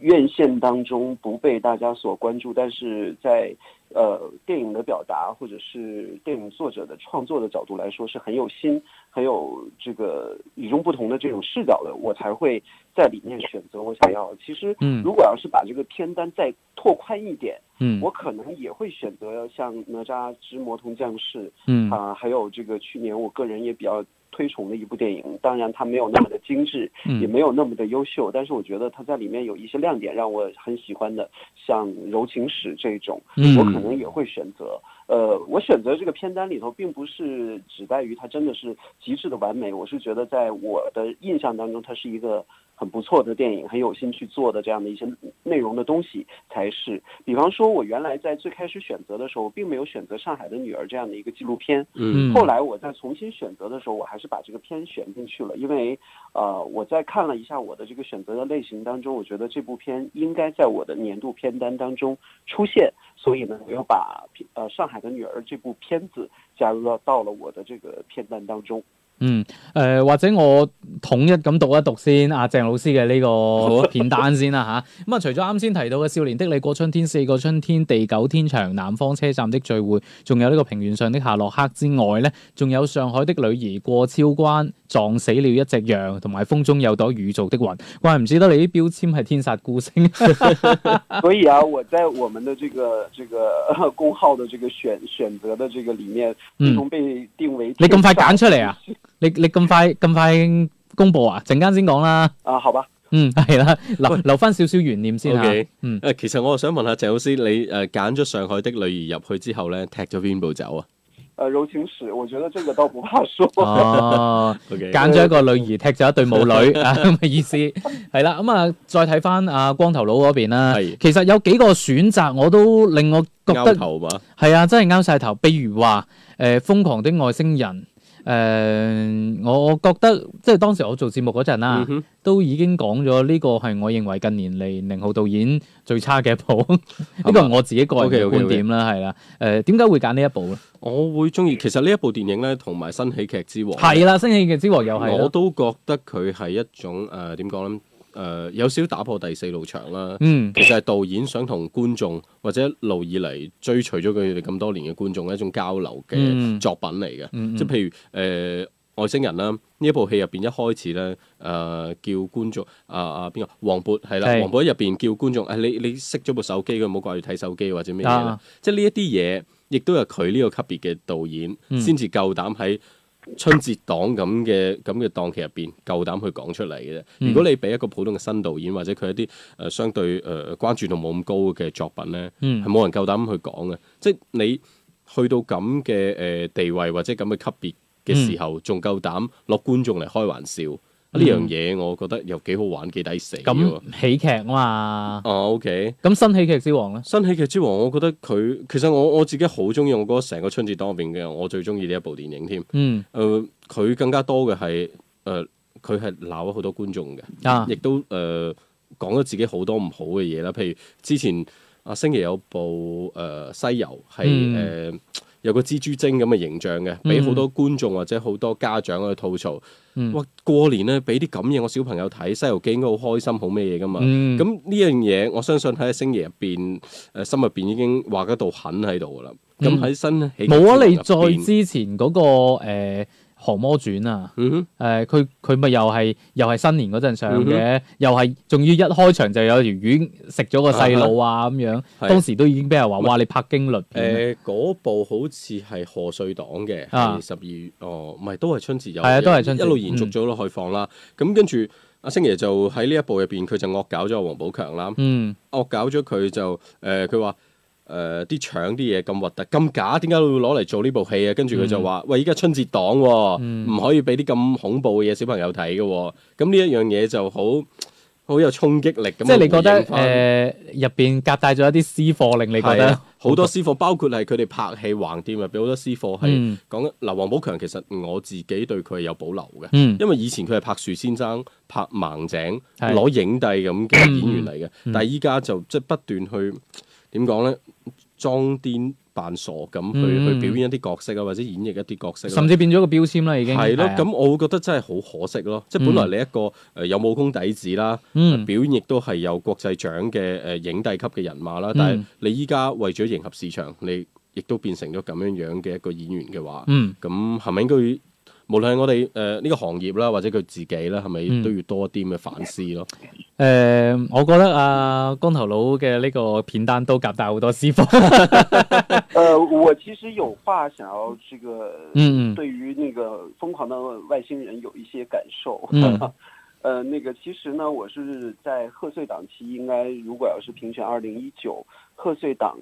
Speaker 4: 院线当中不被大家所关注，但是在呃电影的表达或者是电影作者的创作的角度来说，是很有新、很有这个与众不同的这种视角的，我才会在里面选择我想要的。其实
Speaker 3: 嗯，
Speaker 4: 如果要是把这个片单再拓宽一点，
Speaker 3: 嗯
Speaker 4: 我可能也会选择像《哪吒之魔童降世》
Speaker 3: 嗯
Speaker 4: 啊、还有这个去年我个人也比较推崇的一部电影，当然它没有那么的精致，也
Speaker 3: 嗯
Speaker 4: 没有那么的优秀，但是我觉得它在里面有一些亮点让我很喜欢的，像《柔情史》这种，
Speaker 3: 嗯
Speaker 4: 我可能也会选择。呃，我选择这个片单里头，并不是只在于它真的是极致的完美，我是觉得在我的印象当中，它是一个很不错的电影，很有心去做的这样的一些内容的东西才是。比方说，我原来在最开始选择的时候，并没有选择《上海的女儿》这样的一个纪录片，
Speaker 5: 嗯
Speaker 3: 嗯
Speaker 4: 后来我再重新选择的时候，我还是把这个片选进去了，因为呃，我在看了一下我的这个选择的类型当中，我觉得这部片应该在我的年度片单当中出现，所以呢，我又把呃《上海的女儿》这部片子加入到到了我的这个片单当中。
Speaker 3: 嗯，诶、或者我統一咁讀一讀先，阿、鄭老師嘅呢
Speaker 5: 啊
Speaker 3: 個片單先啦吓。咁啊，除咗啱先提到嘅《少年的你》、《過春天》、《四個春天》、《地久天長》、《南方車站的聚會》，仲有呢個《平原上的夏洛克》之外咧，仲有《上海的女兒》、《過超關》、《撞死了一隻羊》同埋《風中有朵雨做的雲》。怪唔知得你啲標籤係天煞孤
Speaker 5: [laughs]
Speaker 3: 星。
Speaker 4: [laughs] 所以啊，我在我们的这个这个 [laughs] 呃公号的这个选选择的这个里面，最
Speaker 3: 嗯，
Speaker 4: 终被定为
Speaker 3: 你咁快揀出嚟啊？你你咁快咁快公佈啊？陣間先講
Speaker 5: [laughs]
Speaker 3: 啦。
Speaker 4: 啊，好吧。
Speaker 3: 嗯，係啦，留
Speaker 5: 喂
Speaker 3: 留翻少少懸念先吓。
Speaker 5: OK
Speaker 3: 嗯。
Speaker 5: 誒，呃其實我想問下鄭老師，你誒揀咗《上海的女兒》入去之後咧，踢咗邊步走啊
Speaker 4: 呃，柔情史，我觉得这个倒不怕说。
Speaker 3: 哦。
Speaker 5: ？OK，
Speaker 3: 揀咗一個女兒，踢咗一對
Speaker 5: [laughs]
Speaker 3: 母女啊咁嘅意思，係啦。咁啊，再睇翻阿光頭佬嗰邊啦。
Speaker 5: 係
Speaker 3: 其實有幾個選擇我都令我覺
Speaker 5: 拗
Speaker 3: 得
Speaker 5: 頭嘛，
Speaker 3: 係啊，真係拗晒頭。譬如話誒《瘋狂的外星人》誒，我我覺得即係當時我做節目嗰陣啦
Speaker 5: 嗯，哼
Speaker 3: 都已經講咗呢個係我認為近年嚟寧浩導演最差嘅一
Speaker 5: [laughs]
Speaker 3: 部，呢個係我自己個人嘅
Speaker 5: 啊 OK，OK，OK
Speaker 3: 觀點啦，係啦。誒點解會揀呢一部咧？
Speaker 5: 我會中意。其實呢一部電影咧，同埋新喜劇之王
Speaker 3: 係啦，《星際嘅之王》又係
Speaker 5: 啊我
Speaker 3: 啦，
Speaker 5: 都覺得佢係一種誒點講咧誒，有少少打破第四路牆啦。
Speaker 3: 嗯
Speaker 5: 其實係導演想同觀眾或者一路以嚟追隨咗佢哋咁多年嘅觀眾一種交流
Speaker 3: 嗯
Speaker 5: 嘅作品嚟嘅。
Speaker 3: 嗯，
Speaker 5: 即係
Speaker 3: 嗯
Speaker 5: 譬如誒、呃外星人啦，呢一部戲入邊一開始咧誒、呃叫觀眾啊啊邊個黃渤係啦，
Speaker 3: 係
Speaker 5: 黃渤喺入邊叫觀眾誒、啊你你熄咗部手機，佢唔好掛住睇手機或者咩嘢啦
Speaker 3: 啊。
Speaker 5: 即係呢一啲嘢，亦都係佢呢個級別嘅導演
Speaker 3: 嗯
Speaker 5: 先至夠膽喺。春節檔咁嘅咁嘅檔期入邊，夠膽去講出嚟嘅啫。
Speaker 3: 嗯
Speaker 5: 如果你俾一個普通嘅新導演，或者佢一啲誒、呃相對誒、呃、關注度冇咁高嘅作品咧，
Speaker 3: 嗯
Speaker 5: 係冇人夠膽去講嘅。即係你去到咁嘅誒地位或者咁嘅級別
Speaker 3: 嗯
Speaker 5: 嘅時候，仲、夠膽攞觀眾嚟開玩笑，呢樣嘢我覺得又幾好玩，幾抵死喎。
Speaker 3: 嗯咁喜劇啊嘛，
Speaker 5: 啊，OK，
Speaker 3: 咁新喜劇之王咧，
Speaker 5: 新喜劇之王，我覺得佢其實我我自己好中意，我覺得成個春節檔入邊嘅我最中意呢一部電影添。誒、
Speaker 3: 嗯
Speaker 5: 呃佢更加多嘅係誒，佢係鬧咗好多觀眾嘅。
Speaker 3: 啊，
Speaker 5: 亦都誒、呃、講咗自己好多唔好嘅嘢啦。譬如之前阿星爺有部誒、呃西遊係誒、
Speaker 3: 嗯
Speaker 5: 呃有個蜘蛛精咁嘅形象嘅，俾好多觀眾或者好多家長去吐槽。
Speaker 3: 嗯
Speaker 5: 哇！過年咧俾啲咁嘢我小朋友睇《西遊記》應該好開心，好咩嘢噶嘛？
Speaker 3: 嗯
Speaker 5: 啊咁呢樣嘢，我相信喺星爺入邊，誒、呃心入邊已經畫咗道痕喺度噶啦。咁
Speaker 3: 嗯
Speaker 5: 喺新喜劇
Speaker 3: 冇啊！
Speaker 5: 之王
Speaker 3: 你
Speaker 5: 入邊
Speaker 3: 再之前嗰個誒《降魔傳》啊，
Speaker 5: 嗯哼
Speaker 3: 誒佢佢咪又係又係新年嗰陣上嘅
Speaker 5: 嗯，
Speaker 3: 又係仲要一開場就有條魚食咗個細路啊咁樣，
Speaker 5: 係
Speaker 3: 當時都已經俾人話
Speaker 5: 唔係
Speaker 3: 哇你拍驚慄片
Speaker 5: 誒嗰、部好似係賀歲檔嘅，
Speaker 3: 啊
Speaker 5: 係十二月哦，唔係都係春節有嘅，
Speaker 3: 係啊都係春節
Speaker 5: 一路延續咗落去放啦。咁跟住阿星爺就喺呢一部入邊，佢就惡搞咗阿王寶強啦，
Speaker 3: 嗯
Speaker 5: 惡搞咗佢就誒佢話。誒啲腸啲嘢咁核突咁假，點解會攞嚟做呢部戲啊？跟住佢就話：喂，依家春節檔喎、
Speaker 3: 嗯
Speaker 5: 唔可以俾啲咁恐怖嘅嘢小朋友睇嘅喎。咁呢一樣嘢就好好有衝擊力咁。
Speaker 3: 即係你覺得
Speaker 5: 回應返
Speaker 3: 誒入邊夾帶咗一啲私貨令你覺
Speaker 5: 係
Speaker 3: 得
Speaker 5: 啊好多私貨，包括係佢哋拍戲橫店啊入邊好多私貨係
Speaker 3: 嗯
Speaker 5: 講緊嗱，黃寶強其實我自己對佢係有保留嘅，
Speaker 3: 嗯
Speaker 5: 因為以前佢係拍樹先生、拍盲井、
Speaker 3: 係
Speaker 5: 攞影帝咁嘅演員嚟嘅，
Speaker 3: 嗯
Speaker 5: 但係依家就即係不斷去點講咧，裝癲扮傻咁去、
Speaker 3: 嗯
Speaker 5: 去表演一啲角色啊，或者演繹一啲角色啊。
Speaker 3: 甚至變咗個標籤啦，已經
Speaker 5: 係咯
Speaker 3: 係啊，
Speaker 5: 咁我會覺得真係好可惜咯。即係本來你一個誒、呃有武功底子啦，
Speaker 3: 嗯
Speaker 5: 表演亦都係有國際獎嘅誒影帝級嘅人馬啦
Speaker 3: 嗯。
Speaker 5: 但係你依家為咗迎合市場，你亦都變成咗咁樣樣嘅一個演員嘅話，
Speaker 3: 嗯
Speaker 5: 咁係咪應該？無論係我哋誒呢個行業啦，或者佢自己啦，係
Speaker 3: 嗯
Speaker 5: 咪都要多啲咁嘅反思咯？
Speaker 3: 誒、我覺得啊，光頭佬嘅呢個片單都夾帶好多私貨。
Speaker 4: [laughs] 呃，我其实有话想要这个，
Speaker 3: 嗯嗯
Speaker 4: 对于那个疯狂的外星人有一些感受。
Speaker 3: 嗯
Speaker 4: [laughs] 呃，那个其实呢，我是在贺岁档期，应该如果要是评选二零一九贺岁档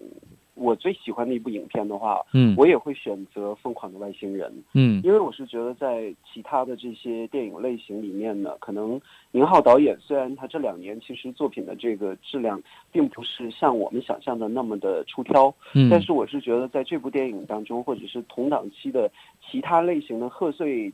Speaker 4: 我最喜欢的一部影片的话，
Speaker 3: 嗯
Speaker 4: 我也会选择《疯狂的外星人》。
Speaker 3: 嗯
Speaker 4: 因为我是觉得在其他的这些电影类型里面呢，可能宁浩导演虽然他这两年其实作品的这个质量并不是像我们想象的那么的出挑，
Speaker 3: 嗯，
Speaker 4: 但是我是觉得在这部电影当中，或者是同档期的其他类型的贺岁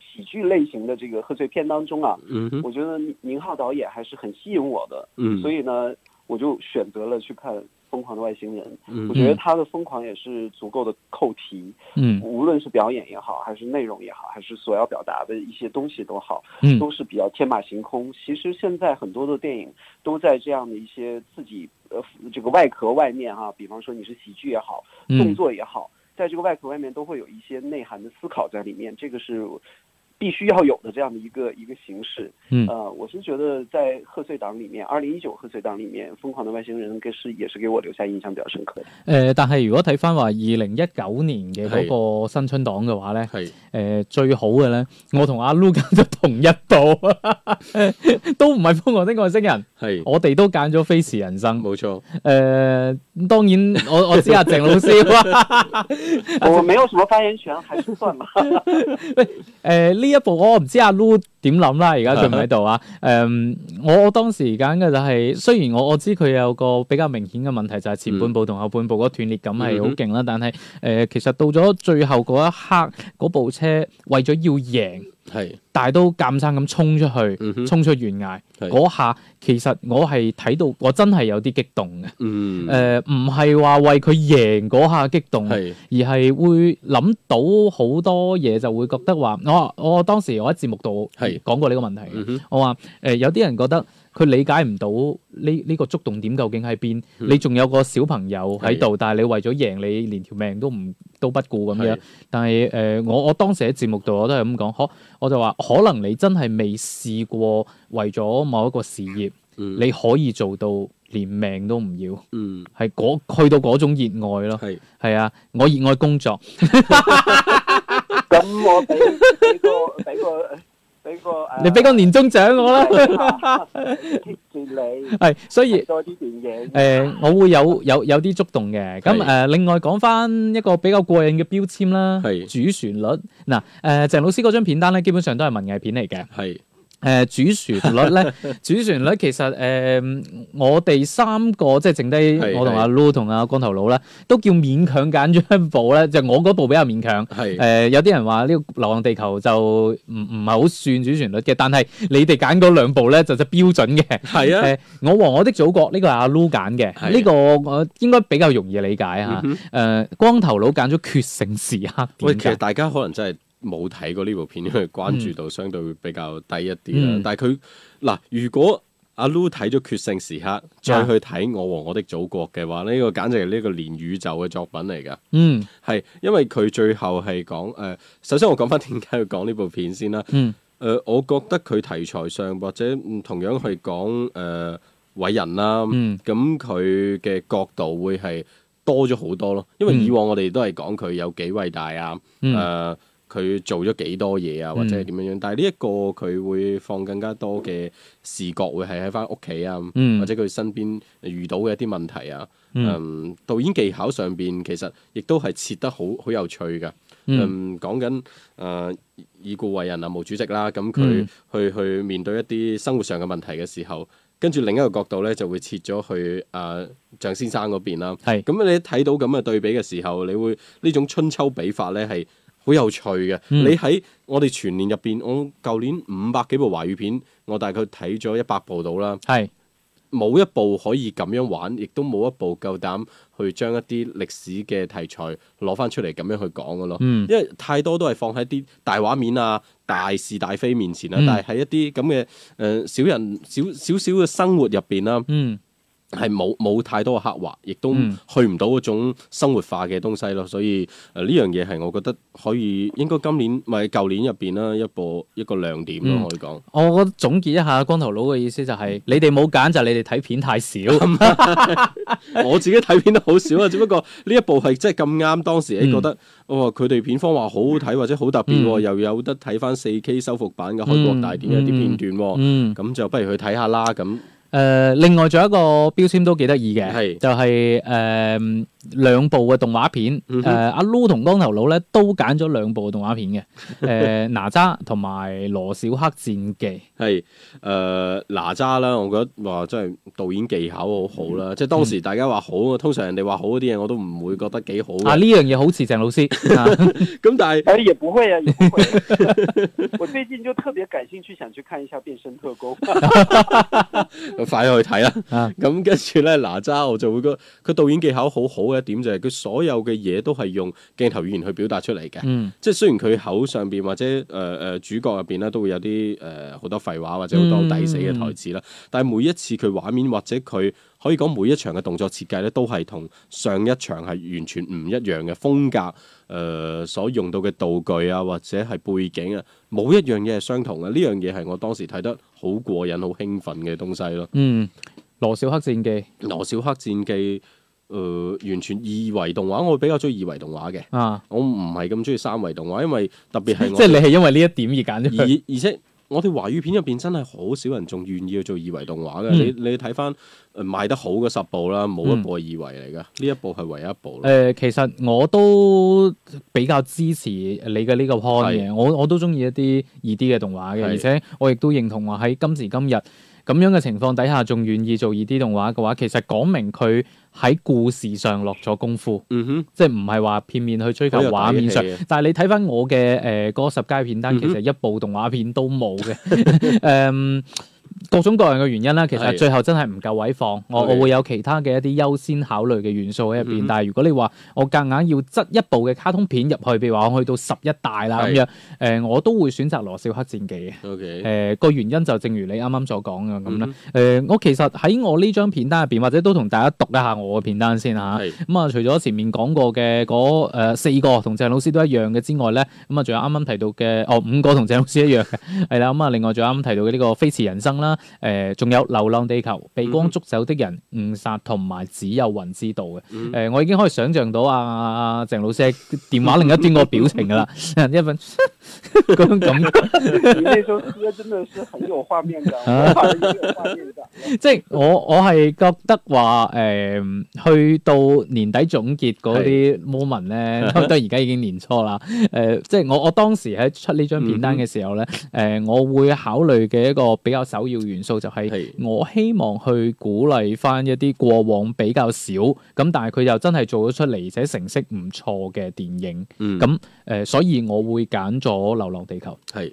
Speaker 4: 喜剧类型的这个贺岁片当中啊，
Speaker 5: 嗯哼，
Speaker 4: 我觉得宁浩导演还是很吸引我的，
Speaker 5: 嗯，
Speaker 4: 所
Speaker 5: 以
Speaker 4: 以呢，我就选择了去看《疯狂的外星人》。
Speaker 5: 嗯
Speaker 4: 我觉得他的疯狂也是足够的扣题，
Speaker 3: 嗯
Speaker 4: 无论是表演也好，还是内容也好，还是所要表达的一些东西都好，
Speaker 3: 嗯
Speaker 4: 都是比较天马行空。其实现在很多的电影都在这样的一些自己呃这个外壳外面哈、比方说你是喜剧也好，动
Speaker 3: 嗯
Speaker 4: 作也好，在这个外壳外面都会有一些内涵的思考在里面，这个是必须要有的这样的一个一个形式。
Speaker 3: 嗯
Speaker 4: 呃，我是觉得在贺岁档里面，二零一九贺岁档里面，《疯狂的外星人》跟是也是给我留下印象比较深刻的。
Speaker 3: 誒，但係如果睇翻話二零一九年嘅嗰個新春檔嘅話咧，
Speaker 5: 係
Speaker 3: 誒最好嘅咧，我同阿 Lu 揀咗同一部， [laughs] 都唔係《瘋狂的外星人》，
Speaker 5: 係
Speaker 3: 我哋都揀咗《飛馳人生》。
Speaker 5: 冇錯，
Speaker 3: 誒，當然我我知阿鄭老師啦。
Speaker 4: 我没有什么发言权，还是算吧。
Speaker 3: 誒呢、一部我唔知阿 Lu 點諗啦，而家佢唔喺
Speaker 5: [laughs]
Speaker 3: 度啊。誒、我我當時揀嘅就係、雖然我我知佢有個比較明顯嘅問題就係前半部同後半部嗰斷裂感
Speaker 5: 嗯
Speaker 3: 係好勁啦，但係誒、其實到咗最後嗰一刻，嗰部車為咗要贏，
Speaker 5: 係
Speaker 3: 但係都鑑生咁衝出去，
Speaker 5: 嗯哼，
Speaker 3: 衝出懸崖
Speaker 5: 係
Speaker 3: 嗰下，其實我係睇到我真係有啲激動嘅。
Speaker 5: 嗯
Speaker 3: 誒唔係話為佢贏嗰下激動，
Speaker 5: 係
Speaker 3: 而係會諗到好多嘢，就會覺得話，我我當時我喺節目度
Speaker 5: 係
Speaker 3: 講過呢個問題嘅，
Speaker 5: 嗯哼
Speaker 3: 我話誒、呃有啲人覺得佢理解唔到呢呢、個觸動點究竟喺邊，
Speaker 5: 嗯
Speaker 3: 你仲有個小朋友喺度，但係你為咗贏，你連條命都唔都不顧咁樣
Speaker 5: 係。
Speaker 3: 但係誒、呃我我當時喺節目度我都係咁講，可我就話可能你真係未試過為咗某一個事業，
Speaker 5: 嗯
Speaker 3: 你可以做到連命都唔要，
Speaker 5: 嗯
Speaker 3: 係嗰去到嗰種熱愛咯。
Speaker 5: 係
Speaker 3: 係啊，我熱愛工作。
Speaker 4: 咁我俾俾個俾個俾個誒，
Speaker 3: 你俾個年終獎我
Speaker 5: [laughs]
Speaker 3: 啦，
Speaker 4: 啦，貼住你
Speaker 3: 係，所以
Speaker 4: 睇多啲電影。
Speaker 3: 誒、我會有有有啲觸動嘅。咁誒、
Speaker 5: 係
Speaker 3: 另外講翻一個比較過癮嘅標籤啦，
Speaker 5: 係
Speaker 3: 主旋律嗱誒、鄭老師嗰張片單咧，基本上都係文藝片嚟嘅。誒、
Speaker 5: 係
Speaker 3: 主旋律
Speaker 5: [laughs]
Speaker 3: 咧，主旋律其實誒、我哋三個即係剩低
Speaker 5: 係
Speaker 3: 我同
Speaker 5: 係
Speaker 3: 阿 Lu 同阿光頭佬啦，都叫勉強揀咗一部咧，就我嗰部比較勉強。誒、
Speaker 5: 係
Speaker 3: 呃有啲人話呢個《流浪地球》就唔唔係好算主旋律嘅，但係你哋揀嗰兩部咧就就標準嘅。
Speaker 5: 係
Speaker 3: 誒、
Speaker 5: 啊，
Speaker 3: 我和我的祖國呢、個係阿 Lu 揀嘅，
Speaker 5: 係啊
Speaker 3: 呢個我應該比較容易理解啊嚇。誒、
Speaker 5: 嗯哼
Speaker 3: 光頭佬揀咗決勝時刻
Speaker 5: 喂，
Speaker 3: 點
Speaker 5: 其實
Speaker 3: 解？
Speaker 5: 大家可能真係冇睇過呢部片，因為關注度相對會比較低一啲啦。
Speaker 3: 嗯
Speaker 5: 但係佢嗱，如果阿 Lu 睇咗《決勝時刻》，再去睇《我和我的祖國》嘅話，呢、個簡直係呢個連宇宙嘅作品嚟㗎。
Speaker 3: 嗯
Speaker 5: 係因為佢最後係講誒，呃首先我講翻點解要講呢部片先啦。
Speaker 3: 嗯
Speaker 5: 誒、我覺得佢題材上或者嗯同樣係講誒偉人啦，
Speaker 3: 嗯
Speaker 5: 咁佢嘅角度會係多咗好多咯。因為
Speaker 3: 嗯
Speaker 5: 以往我哋都係講佢有幾偉大啊，誒佢、
Speaker 3: 嗯
Speaker 5: 做咗幾多嘢啊，或者係點樣樣。但係呢一個佢會放更加多嘅視覺，會係喺翻屋企啊，
Speaker 3: 嗯
Speaker 5: 或者佢身邊遇到嘅一啲問題啊。
Speaker 3: 嗯
Speaker 5: 嗯，導演技巧上邊其實亦都係切得好好有趣㗎。
Speaker 3: 嗯
Speaker 5: 嗯，講緊誒以故為人啊，毛主席啦，咁
Speaker 3: 嗯
Speaker 5: 佢去去面對一啲生活上嘅問題嘅時候，跟住另一個角度咧就會切咗去誒、呃、象先生嗰邊啦。
Speaker 3: 係
Speaker 5: 咁你睇到咁嘅對比嘅時候，你會呢種春秋比法咧係好有趣嘅。
Speaker 3: 嗯
Speaker 5: 你喺我哋全年入邊，我舊年五百幾部華語片，我大概睇咗一百部到啦。
Speaker 3: 係
Speaker 5: 冇一部可以咁樣玩，亦都冇一部夠膽去將一啲歷史嘅題材攞翻出嚟咁樣去講嘅咯。
Speaker 3: 嗯
Speaker 5: 因為太多都係放喺啲大畫面啊、大是大非面前啦、啊
Speaker 3: 嗯
Speaker 5: 但係喺一啲咁嘅誒呃小人小少少嘅生活入邊啦，
Speaker 3: 嗯
Speaker 5: 係冇冇太多嘅刻畫，亦都
Speaker 3: 嗯
Speaker 5: 去唔到嗰種生活化嘅東西咯。所以誒呢樣嘢係我覺得可以應該今年咪舊年入邊啦一部一個亮點
Speaker 3: 嗯
Speaker 5: 咯，可以講。 [laughs]
Speaker 3: 我覺得總結一下光頭佬嘅意思就係、你哋冇揀就係你哋睇片太
Speaker 5: [laughs]
Speaker 3: 少，
Speaker 5: 我自己睇片都好少啊，只不過 [laughs] 呢一部係真係咁啱當時，誒覺得哦佢哋片方話好好睇或者好特別喎，
Speaker 3: 嗯
Speaker 5: 又有得睇翻四 K 修復版嘅開國大典嘅一啲片段喎，
Speaker 3: 嗯。
Speaker 5: 咁就不如去睇下啦咁。
Speaker 3: 誒、呃另外仲有一個標籤都幾得意嘅，
Speaker 5: 係
Speaker 3: 就係、誒、兩部嘅動畫片，
Speaker 5: 嗯
Speaker 3: 誒
Speaker 5: 哼
Speaker 3: 阿 Lu 同光頭佬咧都揀咗兩部動畫片嘅，
Speaker 5: [laughs]
Speaker 3: 誒、哪吒同埋羅小黑戰記，
Speaker 5: 係誒呃哪吒啦，我覺得話真係導演技巧好好啦，
Speaker 3: 嗯
Speaker 5: 即係當時大家話好，通常人哋話好嗰啲嘢我都唔會覺得幾好
Speaker 3: 啊
Speaker 5: 嘅
Speaker 3: 呢。樣嘢好似鄭
Speaker 5: [laughs]
Speaker 3: 老師，啊
Speaker 5: 咁但係
Speaker 4: [laughs] 哎，也不会呀、也
Speaker 3: [laughs]
Speaker 4: 不会。我最近就特别感兴趣，想去看一下《变身特工》。 [laughs]
Speaker 5: 快去睇
Speaker 3: 啊
Speaker 5: 啦！ [laughs] 咁跟住咧，哪吒我就會覺得佢導演技巧好好嘅一點就係佢所有嘅嘢都係用鏡頭語言去表達出嚟嘅。
Speaker 3: 嗯
Speaker 5: 即係雖然佢口上邊或者誒誒、呃主角入邊咧都會有啲誒好多廢話或者好多抵死嘅台詞啦，
Speaker 3: 嗯
Speaker 5: 但係每一次佢畫面或者佢可以講每一場嘅動作設計咧，都係同上一場係完全唔一樣嘅風格，誒、呃所用到嘅道具啊或者係背景啊，冇一樣嘢係相同嘅。呢樣嘢係我當時睇得好過癮、好興奮嘅東西咯。
Speaker 3: 嗯，羅小黑戰記
Speaker 5: 羅小黑戰
Speaker 3: 嗯
Speaker 5: 記誒、呃完全二維動畫，我比較中意二維動畫嘅。
Speaker 3: 啊，
Speaker 5: 我唔係咁中意三維動畫，因為特別係
Speaker 3: 即
Speaker 5: 我
Speaker 3: 係你係因為呢一點 [laughs] 而揀咗佢，
Speaker 5: 而而且我哋華語片入邊真係好少人仲願意去做二維動畫嘅、
Speaker 3: 嗯
Speaker 5: 你你睇翻誒賣得好嗰十部啦，冇一部係二維嚟
Speaker 3: 嗯
Speaker 5: 噶，呢、一部係唯一一部
Speaker 3: 誒、
Speaker 5: 咯。
Speaker 3: 呃其實我都比較支持你嘅呢個 point 嘅，我我都中意一啲二 D 嘅動畫嘅，
Speaker 5: 係
Speaker 3: 而且我亦都認同話喺今時今日咁樣嘅情況底下，仲願意做二 D 動畫嘅話，其實講明佢喺故事上落咗功夫，
Speaker 5: 嗯哼，
Speaker 3: 即係唔係話片面去追求
Speaker 5: 好有
Speaker 3: 畫面上
Speaker 5: 底氣嘅。
Speaker 3: 但係你睇翻我嘅誒嗰十佳片單，
Speaker 5: 嗯哼
Speaker 3: 其實一部動畫片都冇嘅， [laughs] 誒、各種各樣嘅原因啦，其實
Speaker 5: 係
Speaker 3: 最後真係唔夠位放，我
Speaker 5: OK
Speaker 3: 我會有其他嘅一啲優先考慮嘅元素喺入邊。
Speaker 5: 嗯哼
Speaker 3: 但係如果你話我夾硬要執一部嘅卡通片入去，譬如話我去到十一大啦咁
Speaker 5: 係
Speaker 3: 樣，誒、我都會選擇羅小黑戰記嘅。
Speaker 5: OK，
Speaker 3: 誒個、原因就正如你啱啱所講嘅咁啦。誒、
Speaker 5: 嗯
Speaker 3: 我其實喺我呢張片單入邊，或者都同大家讀一下我嘅片單先嚇。
Speaker 5: 係
Speaker 3: 咁啊，除咗前面講過嘅嗰誒四個同鄭老師都一樣嘅之外咧，咁啊，仲有啱啱提到嘅哦五個同鄭老師一樣嘅，係啦。咁啊，另外仲有啱啱提到嘅呢個《飛馳人生》啦，誒，仲有《流浪地球》、《被光捉走的人》、《誤殺》同埋《只有雲知道》嘅。
Speaker 5: 嗯
Speaker 3: 誒，我已經可以想像到啊鄭老師喺電話另一端個表情噶啦， [laughs] 一份嗰種感覺。
Speaker 4: 你那首歌真的是很有画面感，我
Speaker 3: 啊
Speaker 4: 反而有点画面感。
Speaker 3: 即係我我係覺得話誒、去到年底總結嗰啲 moment 咧，都都而家已經年初啦。誒、即係我我當時喺出呢張片單嘅時候咧，誒、我會考慮嘅一個比較首要元素就係、
Speaker 5: 係
Speaker 3: 我希望去鼓勵翻一啲過往比較少咁，但係佢又真係做咗出嚟，而且成績唔錯嘅電影。
Speaker 5: 嗯
Speaker 3: 咁誒、所以我會揀咗《流浪地球》。
Speaker 5: 係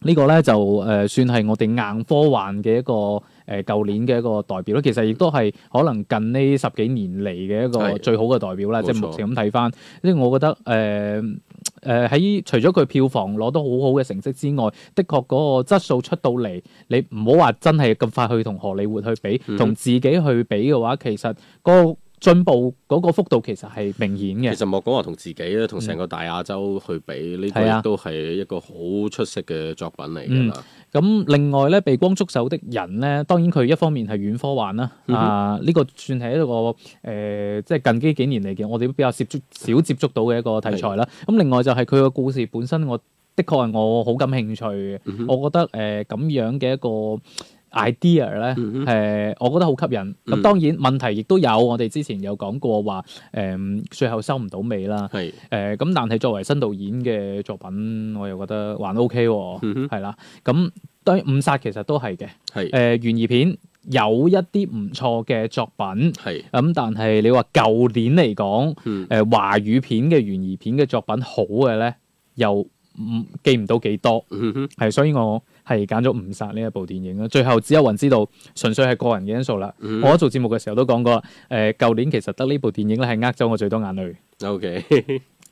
Speaker 3: 呢個咧就誒、呃算係我哋硬科幻嘅一個誒舊、年嘅一個代表啦，其實亦都係可能近呢十幾年嚟嘅一個
Speaker 5: 係
Speaker 3: 最好嘅代表啦，即係
Speaker 5: 冇錯
Speaker 3: 目前咁睇翻，即係我覺得誒誒喺除咗佢票房攞得好好嘅成績之外，的確嗰個質素出到嚟，你唔好話真係咁快去同荷里活去比，
Speaker 5: 嗯
Speaker 3: 同、自己去比嘅話，其實個進步嗰個幅度其實係明顯嘅
Speaker 5: 其。實莫講話同自己咧，同成個大亞洲去比，呢、
Speaker 3: 係啊
Speaker 5: 個亦都係一個好出色嘅作品嚟
Speaker 3: 嗯
Speaker 5: 㗎啦。
Speaker 3: 咁另外咧，被光捉手的人咧，當然佢一方面係軟科幻啦，
Speaker 5: 嗯哼
Speaker 3: 啊呢、個算係一個誒、呃即係近幾幾年嚟嘅，我哋都比較接觸少接觸到嘅一個題材啦。咁另外就係佢個故事本身，我的確係我好感興趣嘅，
Speaker 5: 嗯哼
Speaker 3: 我覺得誒咁、樣嘅一個 idea 咧，誒、
Speaker 5: 嗯哼
Speaker 3: 我覺得好吸引。咁、
Speaker 5: 嗯
Speaker 3: 當然問題亦都有，我哋之前有講過話誒、呃最後收唔到尾啦。
Speaker 5: 係
Speaker 3: 誒咁，但係作為新導演嘅作品，我又覺得還 OK 喎，
Speaker 5: 嗯哼
Speaker 3: 係啦、咁當然誤殺其實都係嘅，誒、呃
Speaker 5: 係
Speaker 3: 懸疑片有一啲唔錯嘅作品，咁、
Speaker 5: 係
Speaker 3: 但係你話舊年嚟講，誒、呃
Speaker 5: 嗯
Speaker 3: 華語片嘅懸疑片嘅作品好嘅咧，又唔唔記唔到幾多，
Speaker 5: 嗯哼，
Speaker 3: 係所以我係揀咗《誤殺》呢一部電影啦。最後只有雲知道，純粹係個人嘅因素啦。
Speaker 5: 嗯
Speaker 3: 我喺做節目嘅時候都講過啦，誒、舊年其實得呢部電影咧係呃咗我最多眼淚。
Speaker 5: O [laughs] K，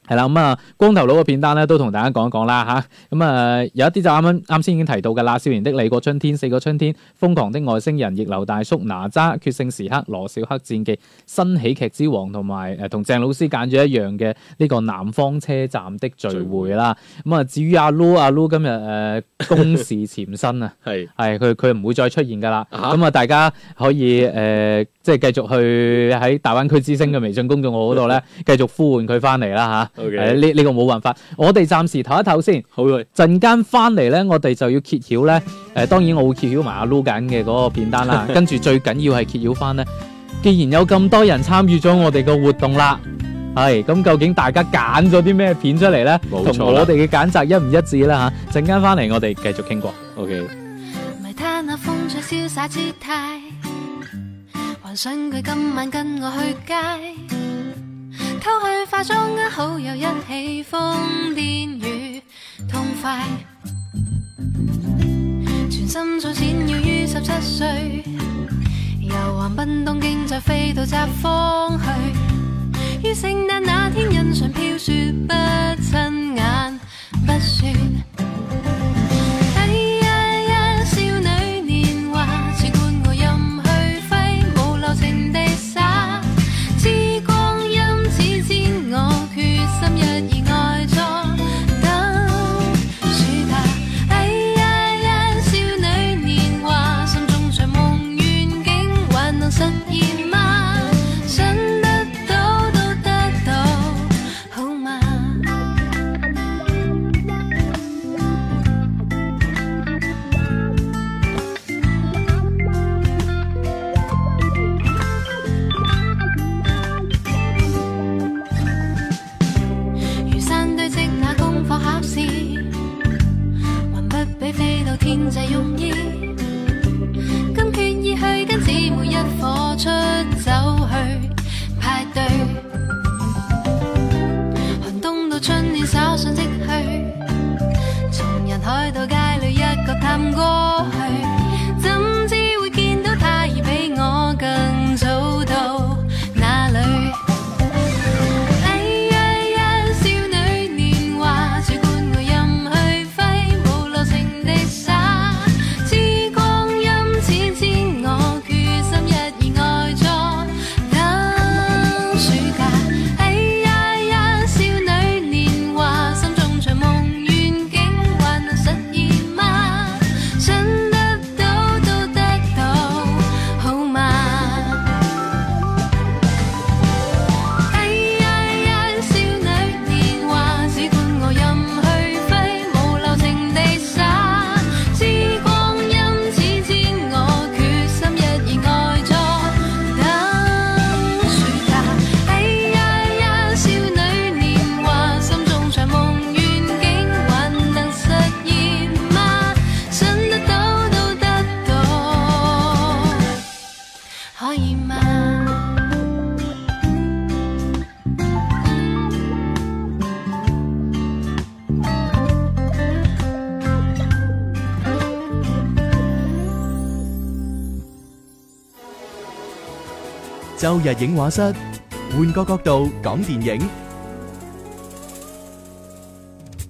Speaker 3: 係啦，咁啊，光頭佬嘅片單咧都同大家講一講啦吓，咁啊有一啲就啱啱啱先已經提到嘅啦，《少啊年的你》、《個春天》、《四個春天》、《瘋狂的外星人》、《逆流大叔》、《哪吒》、《決勝時刻》、《羅小黑戰記》、《新喜劇之王》同埋誒同鄭老師揀咗一樣嘅呢個《南方車站的聚會》啦。咁啊，至於阿 Lu 阿 Lu 今日誒、呃公事纏身啊。
Speaker 5: 係
Speaker 3: 係佢佢唔會再出現㗎啦，
Speaker 5: 啊
Speaker 3: 咁啊大家可以誒、呃即係繼續去喺大灣區之星嘅微信公眾號嗰度咧，繼續呼喚佢翻嚟啦吓，
Speaker 5: OK
Speaker 3: 係啊呢呢個冇辦法，我哋暫時唞一唞先，
Speaker 5: 好嘅，
Speaker 3: 陣間翻嚟咧，我哋就要揭曉咧。誒、當然我會揭曉埋阿 Lu 緊嘅嗰個片單
Speaker 5: [laughs]
Speaker 3: 啦，跟住最緊要係揭曉翻咧。既然有咁多人參與咗我哋嘅活動啦，係咁究竟大家揀咗啲咩片出嚟咧？同
Speaker 5: 冇錯啦
Speaker 3: 我哋嘅揀擇一唔一致啦吓，陣間翻嚟我哋繼續傾過。
Speaker 5: O K，
Speaker 2: 咪睇那風趣瀟灑姿態，幻想佢今晚跟我去街，偷去化妝呃好友一起瘋癲與痛快，全心早閃耀於十七歲，遊橫濱東京再飛到札幌去，於聖誕那天欣賞飄雪不親眼不算。哎呀呀，少女年華似灌過任去揮，無留情地灑。知光陰似箭，我決心一意愛錯等暑假。哎呀呀，少女年華心中像夢願景，還能實現嗎？想得到都得到，好嗎？如山堆積那功課考試，還不比飛到天際容易。今決意去跟姊妹一伙出走去派對，寒冬到春天稍想即去，從人海到街裏一個探過去，怎知會見到他已比我更早到那裏。哎呀呀，少女年華似灌我任去揮，無留情地灑。知光陰似箭，我決心一意愛錯等暑假。哎呀呀，少女年華心中像夢願景，還能實現嗎？想得到都得到，好嗎？哎呀呀，少女年華，只管我任去揮，無留情地灑。知光陰似箭，我決心一意愛錯等暑假。哎呀呀，少女年華，心中像夢願景，還能實現嗎？想得到都得到，可以嗎？
Speaker 6: 周日影画室，換個角度講電影。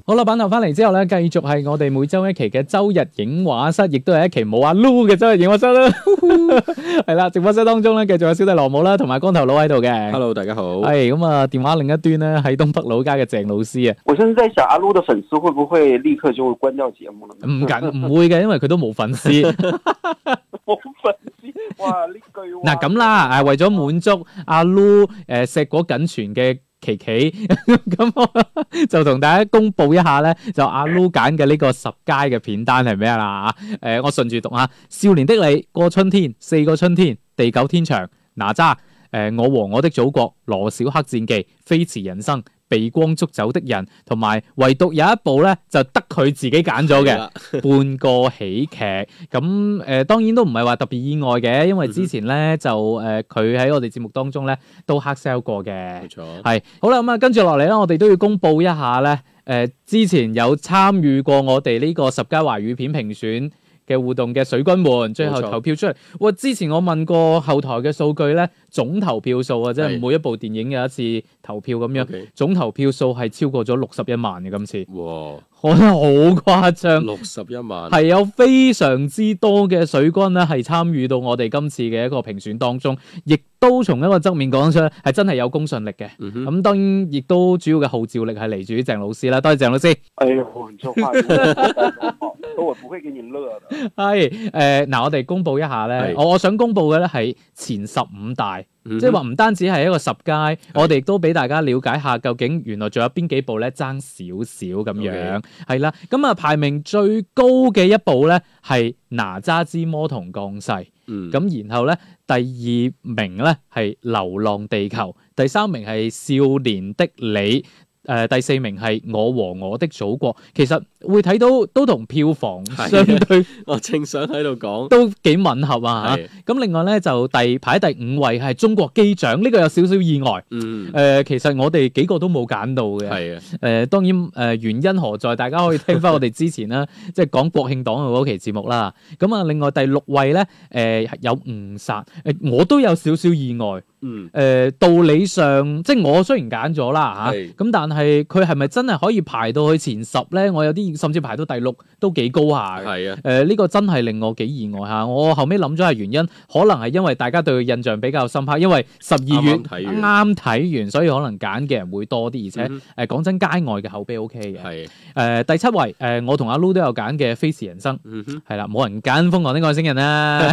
Speaker 3: 好啦，版頭翻嚟之後咧，繼續係我哋每周一期嘅周日影畫室，亦都係一期冇阿 Lu 嘅周日影畫室啦。 [laughs] 係啦，直播室當中咧，繼續有小弟羅姆啦，同埋光頭佬喺度嘅。
Speaker 5: ，Hello，大家好，
Speaker 3: 係咁啊，電話另一端咧喺東北老家嘅鄭老師啊，
Speaker 4: [laughs] 我甚至在想，阿 Lu 的粉丝会不会立刻就關掉節目了呢？ [laughs]
Speaker 3: 唔緊唔會嘅，因為佢都冇粉絲。
Speaker 4: 冇粉絲，哇！呢句話
Speaker 3: 嗱咁啦，啊誒為咗滿足阿 Lu 誒碩果僅存嘅。琪琪， [laughs] 咁我 [laughs] 就同大家公佈一下咧，就阿 Lu 揀嘅呢個十佳嘅片單係咩啦？誒、我順住讀啊，《少年的你》、《過春天》、《四個春天》、《地久天長》、《哪吒》、誒《我和我的祖國》、《羅小黑戰記》、《飛馳人生》、《被光捉走的人》，同埋唯獨有一部咧就得佢自己揀咗嘅。
Speaker 5: 係啦
Speaker 3: 半個喜劇，咁誒、呃、當然都唔係話特別意外嘅，
Speaker 5: 嗯
Speaker 3: 因為之前咧就誒佢喺我哋節目當中咧都黑 sell 過嘅
Speaker 5: 冇，錯，
Speaker 3: 係好啦咁啊，跟住落嚟咧，我哋都要公佈一下咧誒、呃之前有參與過我哋呢個十佳華語片評選嘅互動嘅水軍們，最後
Speaker 5: 冇錯
Speaker 3: 投票出嚟。哇！之前我問過後台嘅數據咧，總投票數啊，即係
Speaker 5: 係
Speaker 3: 每一部電影有一次投票咁樣，
Speaker 5: OK
Speaker 3: 總投票數係超過咗六十一萬嘅今次，
Speaker 5: 哇，
Speaker 3: 我覺得好誇張。
Speaker 5: 六十一萬，
Speaker 3: 係有非常之多嘅水軍咧，係參與到我哋今次嘅一個評選當中，亦都從一個側面講出咧，係真係有公信力嘅。
Speaker 5: 嗯
Speaker 3: 咁、
Speaker 5: 哼，
Speaker 3: 當然亦都主要嘅號召力係嚟自於鄭老師啦，多謝鄭老
Speaker 5: [laughs]
Speaker 3: 師。
Speaker 4: 哎呦，你这话真的好，我不会给你乐的。
Speaker 3: 係誒，呃嗱、我哋公佈一下咧
Speaker 5: 係，
Speaker 3: 我我想公佈嘅咧係前十五大，
Speaker 5: 嗯哼
Speaker 3: 即係話唔單止係一個十佳，我哋亦都俾大家了解下究竟原來仲有邊幾部咧爭少少咁樣，係啦。咁啊排名最高嘅一部咧係《哪吒之魔童降世》。
Speaker 5: 嗯
Speaker 3: 咁然後咧，第二名咧係《流浪地球》，第三名係《少年的你》。誒、第四名係我和我的祖國，其實會睇到都同票房
Speaker 5: 係
Speaker 3: 相對
Speaker 5: 我正想喺度講，
Speaker 3: 都幾吻合啊
Speaker 5: 係，
Speaker 3: 咁另外咧就第排第五位係中國機長，呢、個有少少意外。
Speaker 5: 嗯
Speaker 3: 誒、，其實我哋幾個都冇揀到嘅。
Speaker 5: 係啊，
Speaker 3: 誒、當呃然誒、原因何在，大家可以聽翻我哋之前啦， [laughs] 即係講國慶黨嘅嗰期節目啦。咁啊，另外第六位咧，誒、有誤殺，誒、我都有少少意外。誒、呃
Speaker 5: 嗯，
Speaker 3: 道理上即係我雖然揀咗啦嚇，
Speaker 5: 係
Speaker 3: 咁、但係佢係咪真係可以排到去前十咧？我有啲甚至排到第六都幾高下嘅。
Speaker 5: 係啊，
Speaker 3: 呃誒呢、個真係令我幾意外嚇，我後尾諗咗係原因，可能係因為大家對佢印象比較深刻，因為十二月
Speaker 5: 啱啱睇
Speaker 3: 啱睇完，所以可能揀嘅人會多啲，而且誒
Speaker 5: 嗯
Speaker 3: 講真，街外嘅口碑 O K 嘅。誒、
Speaker 5: 係，啊
Speaker 3: 第七位誒、呃我同阿 Lu 都有揀嘅《飛馳人生》，
Speaker 5: 嗯哼，
Speaker 3: 係啦，冇人揀《瘋狂的外星人》
Speaker 5: [laughs]
Speaker 3: 啦，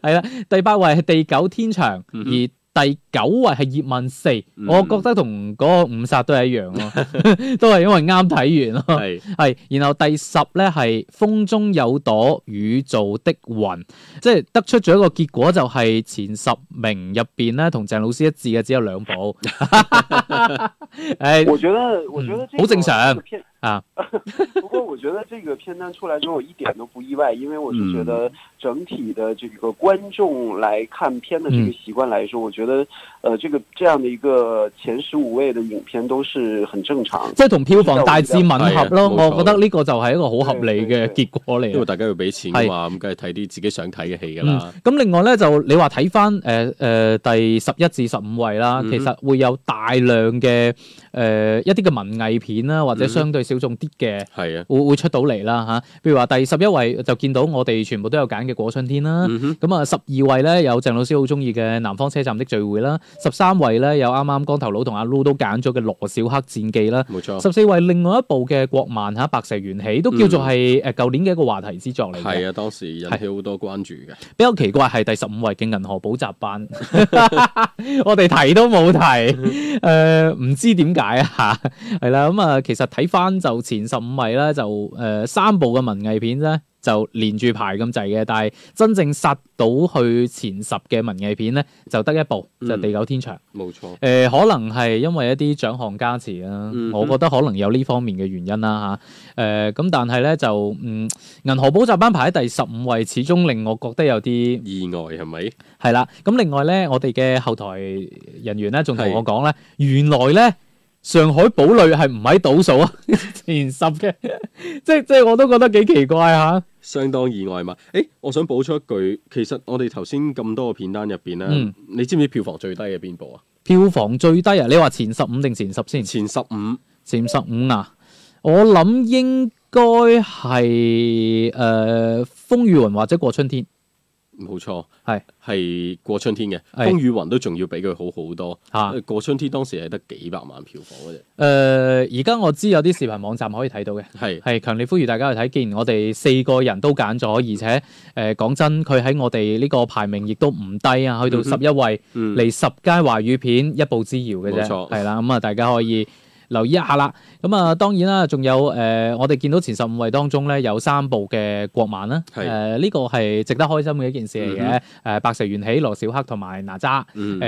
Speaker 3: 係啦。第八位係《地久天長》，
Speaker 5: 嗯哼
Speaker 3: 而第九位係《葉問四》，
Speaker 5: 嗯
Speaker 3: 我覺得同嗰個五殺都係一樣咯，都係因為啱睇完咯。
Speaker 5: 係，
Speaker 3: 啊係，然後第十咧係風中有朵雨做的雲，即係得出咗一個結果，就係前十名入邊咧，同鄭老師一致嘅只有兩部。誒
Speaker 4: 我觉得，我觉得这
Speaker 3: 哎嗯
Speaker 4: 个
Speaker 3: 好正常
Speaker 4: 这个片
Speaker 3: 啊。
Speaker 4: 不过我觉得这个片单出来之后，我一点都不意外，因为我是觉得整体的这个观众来看片的这个习惯来说，我觉得呃，这个这样的一个前十五位的影片都是很正常。
Speaker 3: 即係同票房大致吻合咯，
Speaker 5: 係啊冇錯
Speaker 3: 我覺得呢個就係一個好合理嘅
Speaker 4: 對對對
Speaker 3: 結果嚟
Speaker 5: 因為
Speaker 3: 嘅。
Speaker 5: 大家要俾錢嘅嘛，咁梗係睇啲自己想睇嘅戲㗎
Speaker 3: 嗯
Speaker 5: 啦，，
Speaker 3: 咁另外咧就你話睇翻誒誒第十一至十五位啦，
Speaker 5: 嗯哼
Speaker 3: 其實會有大量嘅誒、呃一啲嘅文藝片啦，或者
Speaker 5: 嗯哼
Speaker 3: 相對小眾啲嘅。
Speaker 5: 係啊，
Speaker 3: 會會出到嚟啦嚇。譬如話第十一位就見到我哋全部都有揀嘅果春天啦。
Speaker 5: 嗯哼，
Speaker 3: 咁啊，十二位咧有鄭老師好中意嘅《南方車站的聚會》啦，十三位咧有啱啱光頭佬同阿 Lu 都揀咗嘅《羅小黑戰記》啦，
Speaker 5: 冇錯。
Speaker 3: 十四位另外一部嘅國漫嚇《白蛇緣起》都叫做係誒舊年嘅一個話題之作嚟嘅
Speaker 5: 係。嗯啊，當時引起好多關注嘅，
Speaker 3: 比較奇怪係第十五位嘅銀河補習班， [laughs] 我哋提都
Speaker 5: [laughs]
Speaker 3: 冇提，誒、唔知點解啊嚇，係啦咁啊，其實睇翻就前十五位啦，就誒、三部嘅文藝片咧。就連住排咁滯嘅，但係真正殺到去前十嘅文藝片咧，就得一部，就
Speaker 5: 嗯
Speaker 3: 係地久天長》
Speaker 5: 冇錯。
Speaker 3: 誒、可能係因為一啲獎項加持啦，
Speaker 5: 嗯
Speaker 3: 我覺得可能有呢方面嘅原因啦嚇。誒、咁但係咧就嗯，銀河補習班排喺第十五位，始終令我覺得有啲
Speaker 5: 意外係咪？
Speaker 3: 係啦。咁另外咧，我哋嘅後台人員咧仲同我講咧，原來咧。上海堡壘係唔喺倒數啊， [laughs] 前十嘅，即係即係我都覺得幾奇怪啊嚇。
Speaker 5: 相當意外嘛？誒，我想補充一句，其實我哋頭先咁多個片單入邊咧，
Speaker 3: 嗯
Speaker 5: 你知唔知票房最低嘅邊部啊？
Speaker 3: 票房最低啊，你話前十五定前十先？
Speaker 5: 前十五，
Speaker 3: 前十五啊，我諗應該係誒風呃雨雲或者過春天，
Speaker 5: 冇錯，
Speaker 3: 係
Speaker 5: 係過春天嘅《
Speaker 3: 係啊
Speaker 5: 風雨雲》都仲要比佢好好多。
Speaker 3: 嚇
Speaker 5: 因為過春天當時係得幾百萬票房嘅啫。
Speaker 3: 誒呃而家我知有啲視頻網站可以睇到嘅。
Speaker 5: 係
Speaker 3: 係強烈呼籲大家去睇，既然我哋四個人都揀咗，而且誒講、真，佢喺我哋呢個排名亦都唔低啊，去到
Speaker 5: 嗯
Speaker 3: 十一位，
Speaker 5: 嗯
Speaker 3: 離十佳華語片一步之遙嘅啫
Speaker 5: 冇，錯
Speaker 3: 係啦，咁啊大家可以留意一下啦。咁啊當然啦，仲有誒、呃我哋見到前十五位當中咧有三部嘅國漫啦，誒
Speaker 5: 係
Speaker 3: 呢、個係值得開心嘅一件事嚟嘅，誒、呃
Speaker 5: 嗯
Speaker 3: 白蛇緣起、羅小黑同埋哪吒。
Speaker 5: 嗯
Speaker 3: 誒、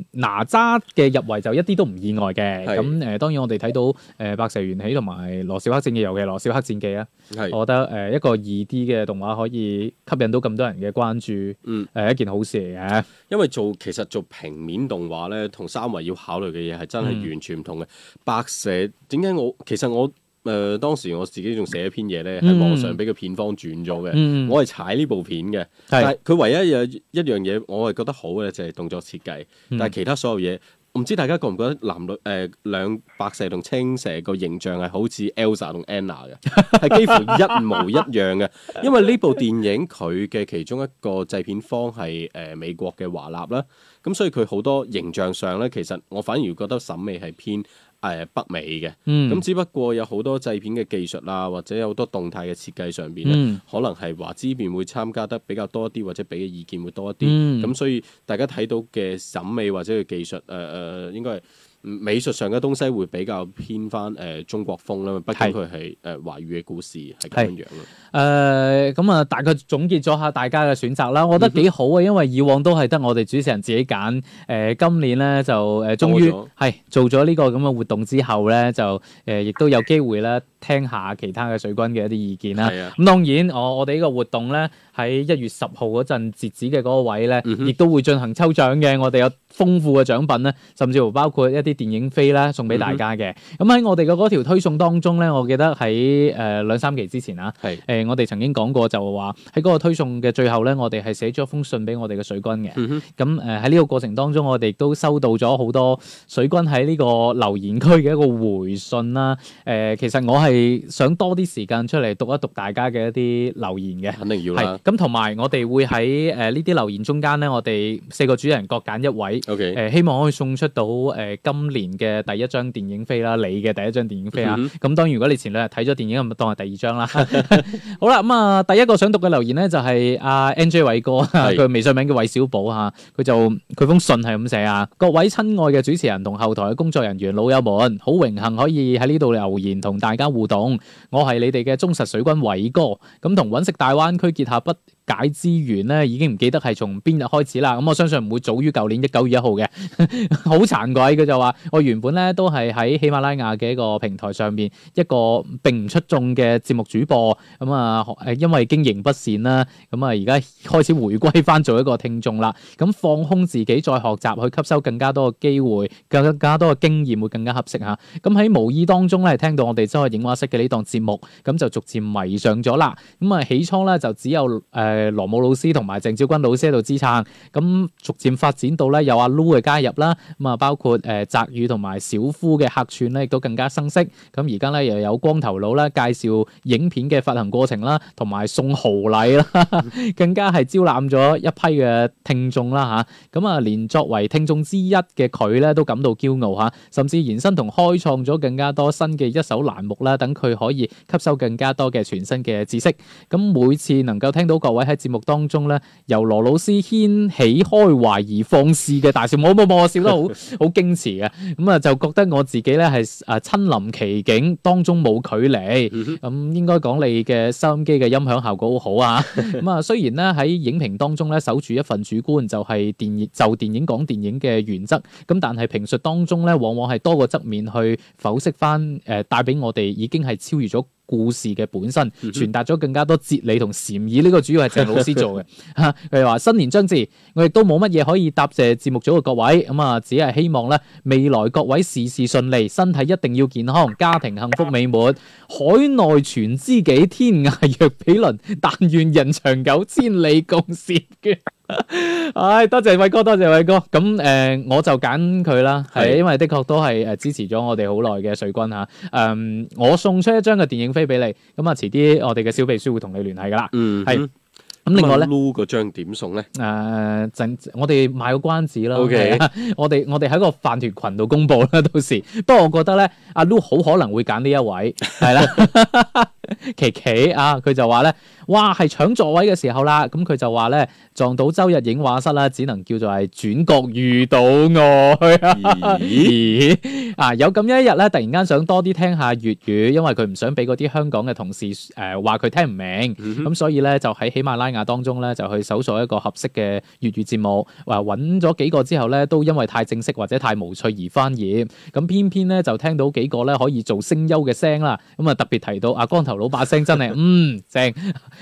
Speaker 3: 呃哪吒嘅入圍就一啲都唔意外嘅，
Speaker 5: 係
Speaker 3: 咁誒、當然我哋睇到誒、白蛇緣起同埋羅小黑戰記，尤其係羅小黑戰記啊，
Speaker 5: 係
Speaker 3: 我覺得誒、一個二 D 嘅動畫可以吸引到咁多人嘅關注，誒、
Speaker 5: 嗯
Speaker 3: 一件好事嚟嘅，
Speaker 5: 因為做其實做平面動畫咧，同三維要考慮嘅嘢係真係
Speaker 3: 嗯
Speaker 5: 完全唔同嘅。白拍攝點解我其實我誒、呃、當時我自己仲寫一篇嘢咧，喺網上俾個片方轉咗嘅。
Speaker 3: 嗯
Speaker 5: 我係踩呢部片嘅，但
Speaker 3: 係
Speaker 5: 係佢唯一有一樣嘢我係覺得好嘅就係動作設計，
Speaker 3: 嗯
Speaker 5: 但係其他所有嘢。我唔知大家覺唔覺得
Speaker 3: [laughs]
Speaker 5: 男女誒、呃、兩白蛇同青蛇個形象係好似 Elsa 同 Anna 嘅，係幾乎一模一
Speaker 3: [laughs]
Speaker 5: 樣嘅。因為呢部電影佢嘅其中一個製片方係誒、呃美國嘅華納啦，咁所以佢好多形象上咧，其實我反而覺得審美係偏誒、呃北美嘅。
Speaker 3: 嗯
Speaker 5: 咁只不過有好多製片嘅技術啊，或者有好多動態嘅設計上邊咧，
Speaker 3: 嗯
Speaker 5: 可能係華資邊會參加得比較多啲，或者俾嘅意見會多一啲。
Speaker 3: 嗯
Speaker 5: 咁、所以大家睇到嘅審美或者嘅技術，誒、呃、誒，應該係嗯美術上嘅東西會比較偏翻誒、呃中國風啦。畢竟佢係誒華語嘅故事係咁樣樣啊咯。
Speaker 3: 誒咁啊，大概總結咗下大家嘅選擇啦，我覺得幾好啊，因為以往都係得我哋主持人自己揀。誒、今年咧就呃誒、終於
Speaker 5: 多
Speaker 3: 係做咗呢個咁嘅活動之後咧，就誒、亦都有機會咧聽下其他嘅水軍嘅一啲意見啦。
Speaker 5: 係啊，
Speaker 3: 咁當然，我我哋呢個活動咧喺一月十號嗰陣截止嘅嗰個位咧，
Speaker 5: 嗯哼
Speaker 3: 亦都會進行抽獎嘅。我哋有豐富嘅獎品咧，甚至乎包括一啲電影飛啦，送俾大家
Speaker 5: 嗯
Speaker 3: 嘅。咁喺、我哋嘅嗰條推送當中咧，我記得喺誒、兩三期之前啊。
Speaker 5: 係
Speaker 3: 誒、我哋曾經講過就話喺嗰個推送嘅最後咧，我哋係寫咗一封信俾我哋嘅水軍嘅。
Speaker 5: 嗯哼
Speaker 3: 咁誒喺呢個過程當中，我哋亦都收到咗好多水軍喺呢個留言區嘅一個回信啦。誒、呃其實我係想多啲時間出嚟讀一讀大家嘅一啲留言嘅。
Speaker 5: 肯定要
Speaker 3: 係
Speaker 5: 啦。
Speaker 3: 咁，同埋我哋會喺誒呢啲留言中間咧，我哋四個主人各揀一位。誒、
Speaker 5: OK，
Speaker 3: 希望可以送出到誒、今年嘅第一張電影飛啦，你嘅第一張電影飛啊！
Speaker 5: 嗯
Speaker 3: 咁、當然如果你前兩日睇咗電影，咁咪當係第二張啦。好啦，咁、啊，第一個想讀嘅留言咧就係阿 NJ 偉哥，
Speaker 5: 係
Speaker 3: [laughs] 佢微信名叫韋小寶嚇，佢就佢封信係咁寫啊：各位親愛嘅主持人同後台嘅工作人員老友們，好榮幸可以喺呢度留言同大家互動。我係你哋嘅忠實水軍偉哥，咁同揾食大灣區結合不解之源咧，已經唔記得係從邊日開始啦。咁我相信唔會早於舊年一九月一號嘅。 [laughs] 好慚愧，佢就話我原本咧都係喺喜馬拉雅嘅一個平台上面一個並唔出眾嘅節目主播，咁啊誒因為經營不善啦，咁啊而家開始回歸翻做一個聽眾啦。咁放空自己再學習，去吸收更加多嘅機會，更加多嘅經驗會更加合適嚇。咁喺無意當中咧，聽到我哋周日影畫室嘅呢檔節目，咁就逐漸迷上咗啦。咁啊起初咧就只有誒、呃、羅姆老師同埋鄭少君老師喺度支撐。咁逐漸發展到咧有阿 Loo 嘅加入啦，咁啊包括誒澤宇同埋小夫嘅客串咧，亦都 [laughs] 更加生色。咁而家咧又有光頭佬啦，介紹影片嘅發行過程啦，同埋送豪禮啦，更加係招攬咗一批嘅聽眾啦吓，咁啊，連作為聽眾之一嘅佢咧都感到驕傲吓，甚至延伸同開創咗更加多新嘅一手欄目啦，等佢可以吸收更加多嘅全新嘅知識。咁每次能夠聽到各位喺節目當中咧，由羅老師掀起開懷而放肆嘅大笑，冇冇冇，我笑得好好矜持嘅，咁啊就覺得我自己咧係啊親臨其境當中冇距離，咁、應該講你嘅收音機嘅音響效果好好啊，咁啊雖然咧喺影評當中咧守住一份主觀，就係、電影就電影講電影嘅原則，咁但係評述當中咧往往係多個側面去剖析翻誒帶俾我哋已經係超越咗。故事嘅本身傳達咗更加多哲理同禪意，呢、個主要係鄭老師做嘅。嚇佢啊哋話新年將至，我亦都冇乜嘢可以答謝節目組嘅各位，咁啊，只係希望咧未來各位事事順利，身體一定要健康，家庭幸福美滿，海內存知己，天涯若比鄰，但願人長久，千里共嬋娟。 [laughs] 唉，多謝偉哥，多謝偉哥。咁誒、呃我就揀佢啦，係
Speaker 5: 係
Speaker 3: 因為的確都係誒支持咗我哋好耐嘅水軍嚇。誒、嗯我送出一張嘅電影飛俾你，咁啊，遲啲我哋嘅小秘書會同你聯繫噶啦。
Speaker 5: 嗯，
Speaker 3: 係
Speaker 5: 咁
Speaker 3: 咁另外咧。
Speaker 5: ，Lu 嗰張
Speaker 3: [laughs]
Speaker 5: 點送咧？
Speaker 3: 誒、陣呃我哋賣個關子啦
Speaker 5: OK
Speaker 3: 係啊 [laughs] 我哋我哋喺個飯團群度公佈啦，到時。不過我覺得咧，阿 Lu 好可能會揀呢一位，係啦。 [laughs] 琪琪啊，佢就話咧，哇，係搶座位嘅時候啦，咁佢就話咧，撞到周日影畫室啦，只能叫做係轉角遇到我。[laughs]
Speaker 5: 咦，
Speaker 3: 咦啊！有咁一日咧，突然間想多啲聽下粵語，因為佢唔想俾嗰啲香港嘅同事誒話佢聽唔明，
Speaker 5: 嗯
Speaker 3: 咁、所以咧就喺喜馬拉雅當中咧就去搜索一個合適嘅粵語節目，話揾咗幾個之後咧，都因為太正式或者太無趣而翻頁，咁偏偏咧就聽到幾個咧可以做聲優嘅聲啦，咁啊特別提到阿光頭頭佬把聲真係嗯正，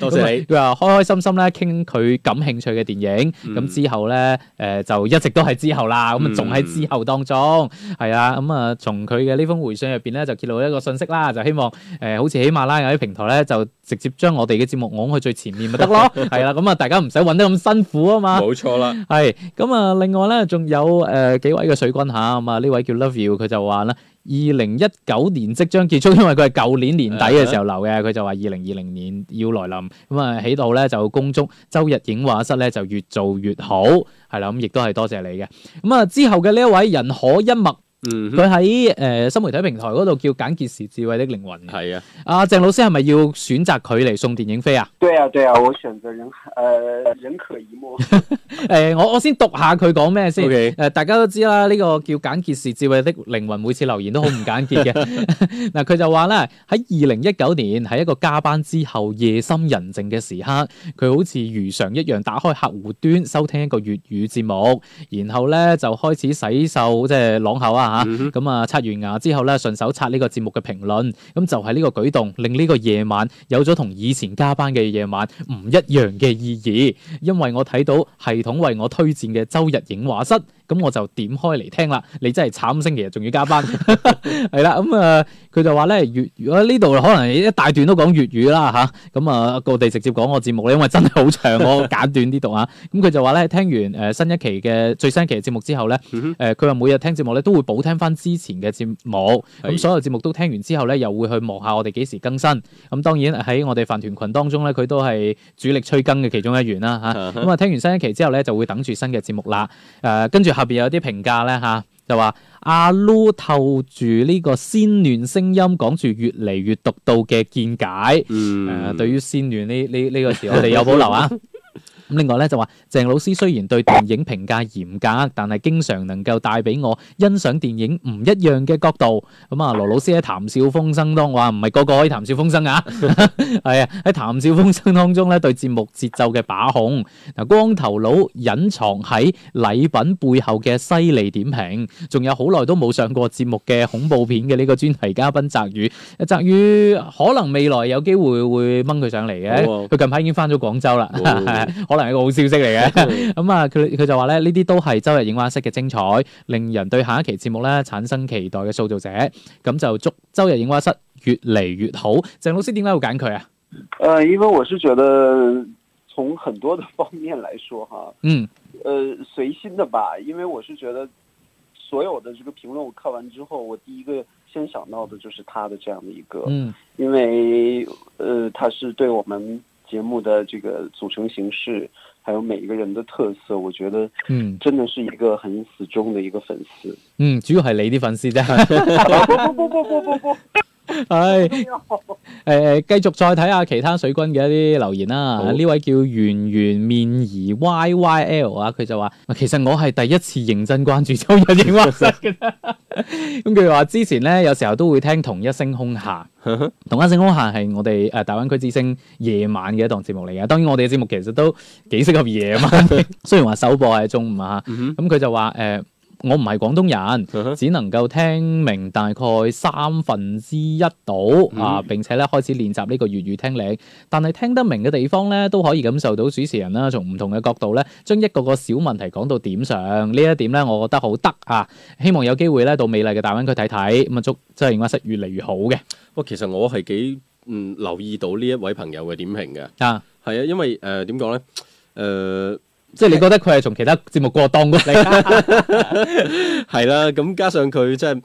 Speaker 5: 多謝你。
Speaker 3: 佢話啊開開心心咧傾佢感興趣嘅電影，咁、
Speaker 5: 嗯
Speaker 3: 之後咧誒、呃就一直都係之後啦，咁啊
Speaker 5: 嗯
Speaker 3: 仲喺之後當中，係啊，咁啊從佢嘅呢封回信入邊咧就揭露一個信息啦，就希望誒、呃好似喜馬拉雅啲平台咧就直接將我哋嘅節目拱去最前面咪得
Speaker 5: [laughs]
Speaker 3: 咯，係啦，咁啊大家唔使揾得咁辛苦啊嘛。
Speaker 5: 冇錯啦，
Speaker 3: 係咁啊！另外咧，仲有誒、呃、幾位嘅水軍嚇咁啊！呢位叫 Love You，佢就話咧，二零一九年即將結束，因為佢係舊年年底嘅時候留嘅，佢就話二零二零年要來臨，咁啊喺度咧就恭祝周日影畫室咧就越做越好，係啦，咁亦都係多謝你嘅。咁啊之後嘅呢一位人可一默，
Speaker 5: 嗯哼，
Speaker 3: 佢喺誒新媒體平台嗰度叫簡潔時智慧的靈魂。
Speaker 5: 係啊，
Speaker 3: 阿鄭老師係咪要選擇佢嚟送電影飛啊？
Speaker 4: 对啊，对啊，我选择人呃人可一 [laughs] 默。
Speaker 3: 誒、呃我我先讀下佢講咩先。誒
Speaker 5: OK
Speaker 3: 呃大家都知啦，呢、個叫簡潔是智慧的靈魂，每次留言都好唔簡潔嘅。 [laughs] 嗱，佢就話咧，喺二零一九年喺一個加班之後夜深人靜嘅時刻，佢好似如常一樣打開客戶端收聽一個粵語節目，然後咧就開始洗手，即係朗口啊嚇。
Speaker 5: 嗯哼
Speaker 3: 咁啊，刷完牙之後咧，順手刷呢個節目嘅評論，咁就係呢個舉動令呢個夜晚有咗同以前加班嘅夜晚唔一樣嘅意義，因為我睇到系統為我推薦嘅周日影畫室，咁我就點開嚟聽啦。你真係慘，星期日仲要加
Speaker 5: [laughs]
Speaker 3: 班，係啦。咁啊，佢就話咧粵，如果呢度可能一大段都講粵語啦吓，咁啊，我哋直接講我節目咧，因為真係好
Speaker 5: [laughs]
Speaker 3: 長，我簡短啲讀啊。咁佢就話咧，聽完誒呃新一期嘅最新一期嘅節目之後咧。
Speaker 5: 嗯
Speaker 3: 誒佢話每日聽節目咧都會補聽翻之前嘅節目，
Speaker 5: 係
Speaker 3: 咁所有節目都聽完之後咧，又會去望下我哋幾時更新。咁當然呃喺我哋飯團群當中咧，佢都係主力催更嘅其中一員啦嚇。
Speaker 5: 哼
Speaker 3: 咁啊，聽完新一期之後咧，就會等住新嘅節目啦。誒、跟住下邊有啲評價咧嚇。就話阿 Lu 透住呢個鮮嫩聲音講住越嚟越獨到嘅見解，誒、
Speaker 5: 嗯，
Speaker 3: 對於鮮嫩呢呢呢個詞，我哋有保留啊。咁另外咧就話，鄭老師雖然對電影評價嚴格，但係經常能夠帶俾我欣賞電影唔一樣嘅角度。咁啊，羅老師喺談笑風生當，哇，唔係個個可以談笑風生啊，係啊，喺談笑風生當中咧，對節目節奏嘅把控，嗱，光頭佬隱藏喺禮品背後嘅犀利點評，仲有好耐都冇上過節目嘅恐怖片嘅呢個專題嘉賓澤宇，澤宇可能未來有機會會掹佢上嚟嘅，
Speaker 5: 好啊
Speaker 3: 佢近排已經翻咗廣州啦， [laughs]
Speaker 5: 哦 [laughs]
Speaker 3: 可能係一個好消息嚟嘅。咁啊，佢佢就話咧，呢啲都係周日影畫室嘅精彩，令人對下一期節目咧產生期待嘅塑造者。咁就祝周日影畫室越嚟越好。鄭老師點解會揀佢啊？
Speaker 4: 呃，因为我是觉得从很多的方面来说哈，
Speaker 3: 嗯
Speaker 4: 呃，随心的吧，因为我是觉得所有的这个评论我看完之后，我第一个先想到的就是他的这样的一个，
Speaker 3: 嗯
Speaker 4: 因为呃，他是对我们节目的这个组成形式，还有每一个人的特色，我觉得
Speaker 3: 嗯
Speaker 4: 真的是一个很死忠的一个粉
Speaker 3: [laughs]
Speaker 4: 丝。
Speaker 3: 嗯，主要係你啲粉絲啫。
Speaker 4: 不不不不不不不，
Speaker 3: 係
Speaker 4: 不要
Speaker 3: 誒繼續再睇下其他水軍嘅一啲留言
Speaker 5: 好
Speaker 3: 啦。呢位叫圓圓面兒 Y Y L 啊，佢就話：其實我係第一次認真關注周日影畫室嘅啫。咁佢話之前咧，有時候都會聽同一聲空下。同一聲空下係我哋誒大灣區之星夜晚嘅一檔節目嚟嘅。當然我哋嘅節目其實都幾適合夜晚嘅，雖然話首播係中午啊。
Speaker 5: 嗯
Speaker 3: 咁佢就話誒、我唔係廣東人。
Speaker 5: 哼，
Speaker 3: 只能夠聽明大概三分之一到啊，並且咧開始練習呢個粵語聽力。但係聽得明嘅地方咧，都可以感受到主持人啦，從唔同嘅角度咧，將一個個小問題講到點上。呢一點咧，我覺得好得啊！希望有機會咧到美麗嘅大灣區睇睇，咁啊祝即係影畫室越嚟越好嘅
Speaker 5: 喂，其實我係幾嗯留意到呢一位朋友嘅點評嘅，
Speaker 3: 啊！
Speaker 5: 係啊，因為誒點講咧，呃
Speaker 3: [laughs]
Speaker 5: 誒
Speaker 3: 即係你覺得佢係從其他節目過檔過嚟？
Speaker 5: 係啦，咁加上佢即係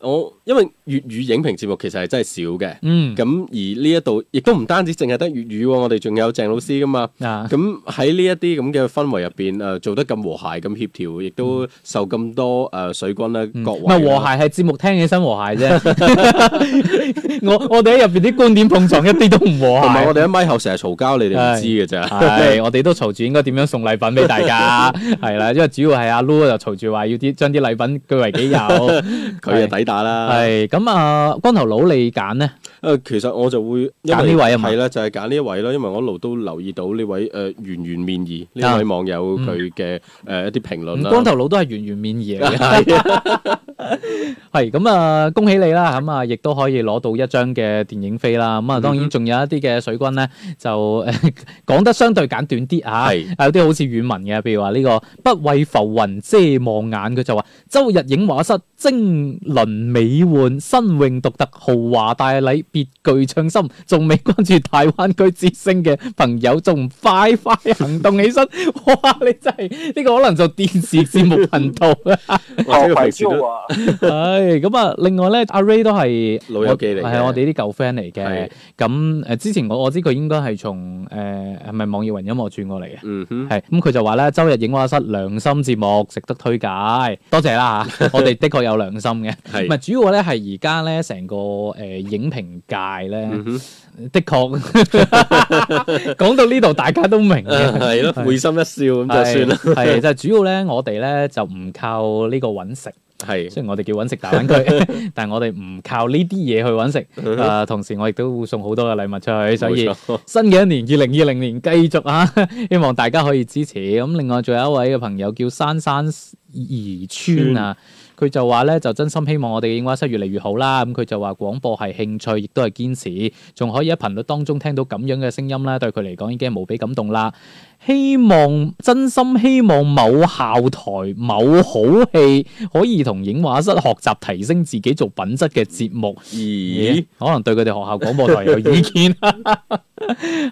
Speaker 5: 我，因為粵語影評節目其實係真係少嘅，
Speaker 3: 嗯
Speaker 5: 咁而呢一度亦都唔單止淨係得粵語喎，我哋仲有鄭老師噶嘛。
Speaker 3: 啊，
Speaker 5: 咁喺呢一啲咁嘅氛圍入邊，誒、呃做得咁和諧、咁協調，亦都受咁多誒、呃水軍啦、啊
Speaker 3: 嗯
Speaker 5: 各
Speaker 3: 唔係
Speaker 5: 位
Speaker 3: 和
Speaker 5: 啦
Speaker 3: 諧係節目聽起身和諧啫，我 [laughs] 我哋喺入邊啲觀點碰撞一啲都唔和諧
Speaker 5: 同埋。我哋喺咪後成日嘈交，你哋唔知嘅咋。
Speaker 3: 系，我哋都嘈住應該點樣送禮品俾大家，係啦，因為主要係阿 Lu 啊就嘈住話要啲將
Speaker 5: [laughs]
Speaker 3: 啲禮品據為己有，
Speaker 5: [laughs] 佢就抵打啦。
Speaker 3: 係咁啊，光頭佬你揀呢？
Speaker 5: 誒、呃其實我就會因為
Speaker 3: 揀呢位啊嘛
Speaker 5: 係啦，就係揀呢一位啦，因為我一路都留意到呢位誒、圓圓面兒呢位網友佢嘅誒一啲評論
Speaker 3: 啊
Speaker 5: 啦。
Speaker 3: 嗯光頭佬都係圓圓面兒嚟嘅，係咁啊！恭喜你啦，咁啊，亦都可以攞到一張嘅電影飛啦。
Speaker 5: 嗯
Speaker 3: 咁啊，當然仲有一啲嘅水軍咧，就誒講得相對簡短啲啊。
Speaker 5: 係
Speaker 3: 有啲好似語文嘅，譬如話呢、個不為浮雲遮望眼，佢就話周日影畫室精輪美奐，新穎獨特，豪華大禮，別具匠心。仲未關注大灣區之星嘅朋友，仲快快行動起身！哇，你真係呢、個可能就電視節目頻道啦。
Speaker 5: 或者
Speaker 4: 好
Speaker 5: 佢
Speaker 4: 懷
Speaker 5: 平時
Speaker 4: 舊
Speaker 5: 都
Speaker 4: 啊！
Speaker 5: [laughs]
Speaker 3: 係咁啊，另外咧，阿 Ray 都係
Speaker 5: 老友記嚟嘅
Speaker 3: 係我哋啲舊 friend 嚟嘅
Speaker 5: 係。
Speaker 3: 咁誒，之前我我知佢應該係從誒係咪網易雲音樂轉過嚟嘅？
Speaker 5: 嗯哼，
Speaker 3: 係咁，佢就話咧，周日影畫室良心節目，值得推介，多謝啦
Speaker 5: [laughs]
Speaker 3: 嚇！我哋的確有良心嘅，
Speaker 5: 係
Speaker 3: 唔係主要咧係而家咧成個誒、呃影評界咧，[laughs]
Speaker 5: 嗯哼，
Speaker 3: 的確 [laughs] 講到呢度大家都明嘅。
Speaker 5: 係呃咯，會心一笑 [laughs] 咁就算啦。
Speaker 3: 係係就係主要咧，我哋咧就唔靠呢個揾食，
Speaker 5: 係
Speaker 3: 雖然我哋叫揾食大灣
Speaker 5: [laughs]
Speaker 3: 區，但係我哋唔靠呢啲嘢去揾食。啊、同時我亦都會送好多嘅禮物出去，所以
Speaker 5: 嗯冇。錯
Speaker 3: 新嘅一年二零二零年繼續啊， [laughs] 希望大家可以支持。咁另外仲有一位嘅朋友叫珊珊宜川啊，佢就話咧就真心希望我哋嘅映畫室越嚟越好啦。咁佢就話廣播係興趣，亦都係堅持，仲可以喺頻率當中聽到咁樣嘅聲音咧，對佢嚟講已經係無比感動啦。希望真心希望某校台某好戲可以同映畫室學習提升自己做品質嘅節目。
Speaker 5: 咦，
Speaker 3: 可能對佢哋學校廣播台有
Speaker 5: [laughs]
Speaker 3: 意見，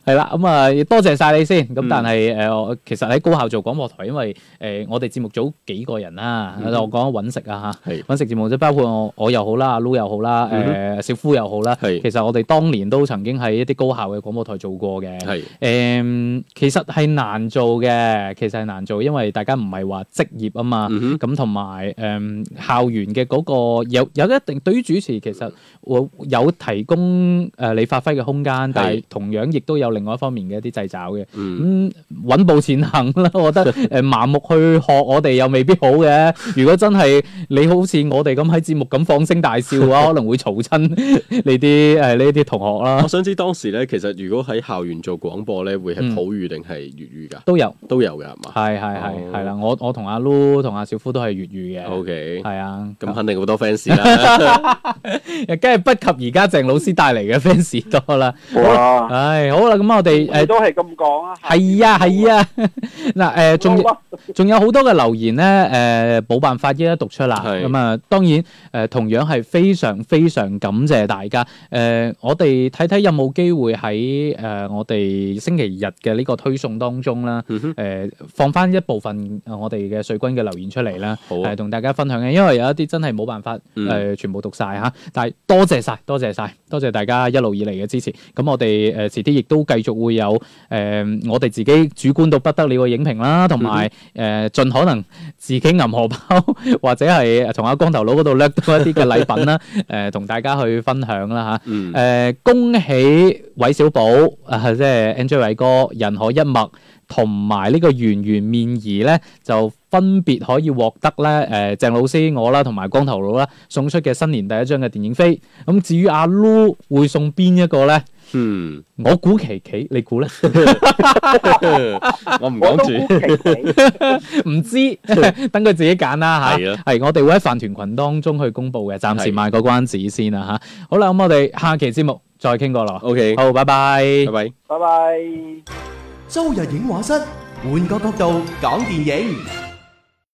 Speaker 3: 係啦，咁啊，亦多謝晒你先。咁
Speaker 5: 嗯
Speaker 3: 但係誒、呃我其實喺高校做廣播台，因為誒、呃我哋節目組幾個人啦，
Speaker 5: 嗯
Speaker 3: 我講揾食啊嚇，
Speaker 5: 係
Speaker 3: 揾食節目即包括我我又好啦，阿 Lu 又好啦，誒、呃
Speaker 5: 嗯
Speaker 3: 小夫又好啦。
Speaker 5: 係
Speaker 3: 其實我哋當年都曾經喺一啲高校嘅廣播台做過嘅。
Speaker 5: 係
Speaker 3: 誒、其實係難做嘅，其實係難做，因為大家唔係話職業啊嘛。
Speaker 5: 嗯哼
Speaker 3: 咁同埋誒校園嘅嗰個有有一定對於主持其實會有提供誒、呃你發揮嘅空間，但係同樣亦都有另外一方面嘅一啲掣肘嘅。咁、
Speaker 5: 嗯
Speaker 3: 穩步前行啦， [laughs] 我
Speaker 5: [laughs]
Speaker 3: 覺得誒、盲目去學我哋又未必好嘅。如果真係你好似我哋咁喺節目咁放聲大笑嘅
Speaker 5: [laughs]
Speaker 3: 話，可能會嘈親 [laughs] 你啲呃誒呢啲同學啦
Speaker 5: 我。想知當時咧，其實如果喺校園做廣播咧，會係
Speaker 3: 嗯
Speaker 5: 普語定係粵語㗎？
Speaker 3: 都有，
Speaker 5: 都有㗎係嘛
Speaker 3: 係係係
Speaker 5: 哦
Speaker 3: 係啦，我我同阿 Lu 同阿小夫都係粵語嘅，
Speaker 5: ？OK，
Speaker 3: 係啊，
Speaker 5: 咁肯定好多 fans
Speaker 3: [laughs]
Speaker 5: 啦。
Speaker 3: 梗係不及而家鄭老師帶嚟嘅 fans 多啦。
Speaker 4: 哇！
Speaker 3: 唉，好啦，咁我哋
Speaker 4: 你
Speaker 3: 誒
Speaker 4: 都係啊咁講啊？
Speaker 3: 係啊係啊， [laughs] 嗱誒仲
Speaker 4: 好啊
Speaker 3: 仲有好多嘅留言咧，誒冇辦法一一讀出啦。
Speaker 5: 係
Speaker 3: 咁啊，當然誒同樣係非常非常感謝大家。誒，我哋睇睇有冇機會喺誒我哋星期日嘅呢個推送當中啦。
Speaker 5: 嗯哼
Speaker 3: 誒放翻一部分呃我哋嘅水軍嘅留言出嚟啦，
Speaker 5: 好啊
Speaker 3: 誒同大家分享嘅，因為有一啲真係冇辦法誒、
Speaker 5: 嗯
Speaker 3: 呃全部讀晒嚇，但係多謝晒，多謝晒，多謝大家一路以嚟嘅支持。咁我哋誒遲啲亦都繼續會有誒、呃我哋自己主觀到不得了嘅影評啦，同埋
Speaker 5: 嗯
Speaker 3: 誒盡可能自己銀荷包 [laughs] 或者係從阿光頭佬嗰度掠到一啲嘅禮品
Speaker 5: [laughs]
Speaker 3: 啦，誒同、大家去分享啦嚇。
Speaker 5: 嗯
Speaker 3: 誒、， [laughs] 呃恭喜韋小寶，啊、即係 Angel 偉哥，人可一脈，同埋呢個圓圓面兒咧，就分別可以獲得咧誒、鄭老師我啦，同埋光頭佬啦送出嘅新年第一張嘅電影飛。咁至於阿 Lu 會送邊一個咧？ [laughs]
Speaker 5: 嗯，
Speaker 3: 我估琪琪，你估咧？
Speaker 5: 我唔
Speaker 4: 我
Speaker 5: 講
Speaker 4: 都
Speaker 5: 住。
Speaker 3: [laughs] [laughs]
Speaker 4: 估奇
Speaker 3: 唔知， [laughs] 等佢自己揀啦
Speaker 5: 係
Speaker 3: 嚇
Speaker 5: 啊。
Speaker 3: 係，我哋會喺飯團群當中去公佈嘅，暫時
Speaker 5: 係
Speaker 3: 賣個關子先啦嚇。好啦，咁我哋下期節目再傾過啦。
Speaker 5: OK，
Speaker 3: 好，拜拜
Speaker 5: 拜。拜。
Speaker 4: 拜拜。
Speaker 6: 周日影畫室，換個角度講電影。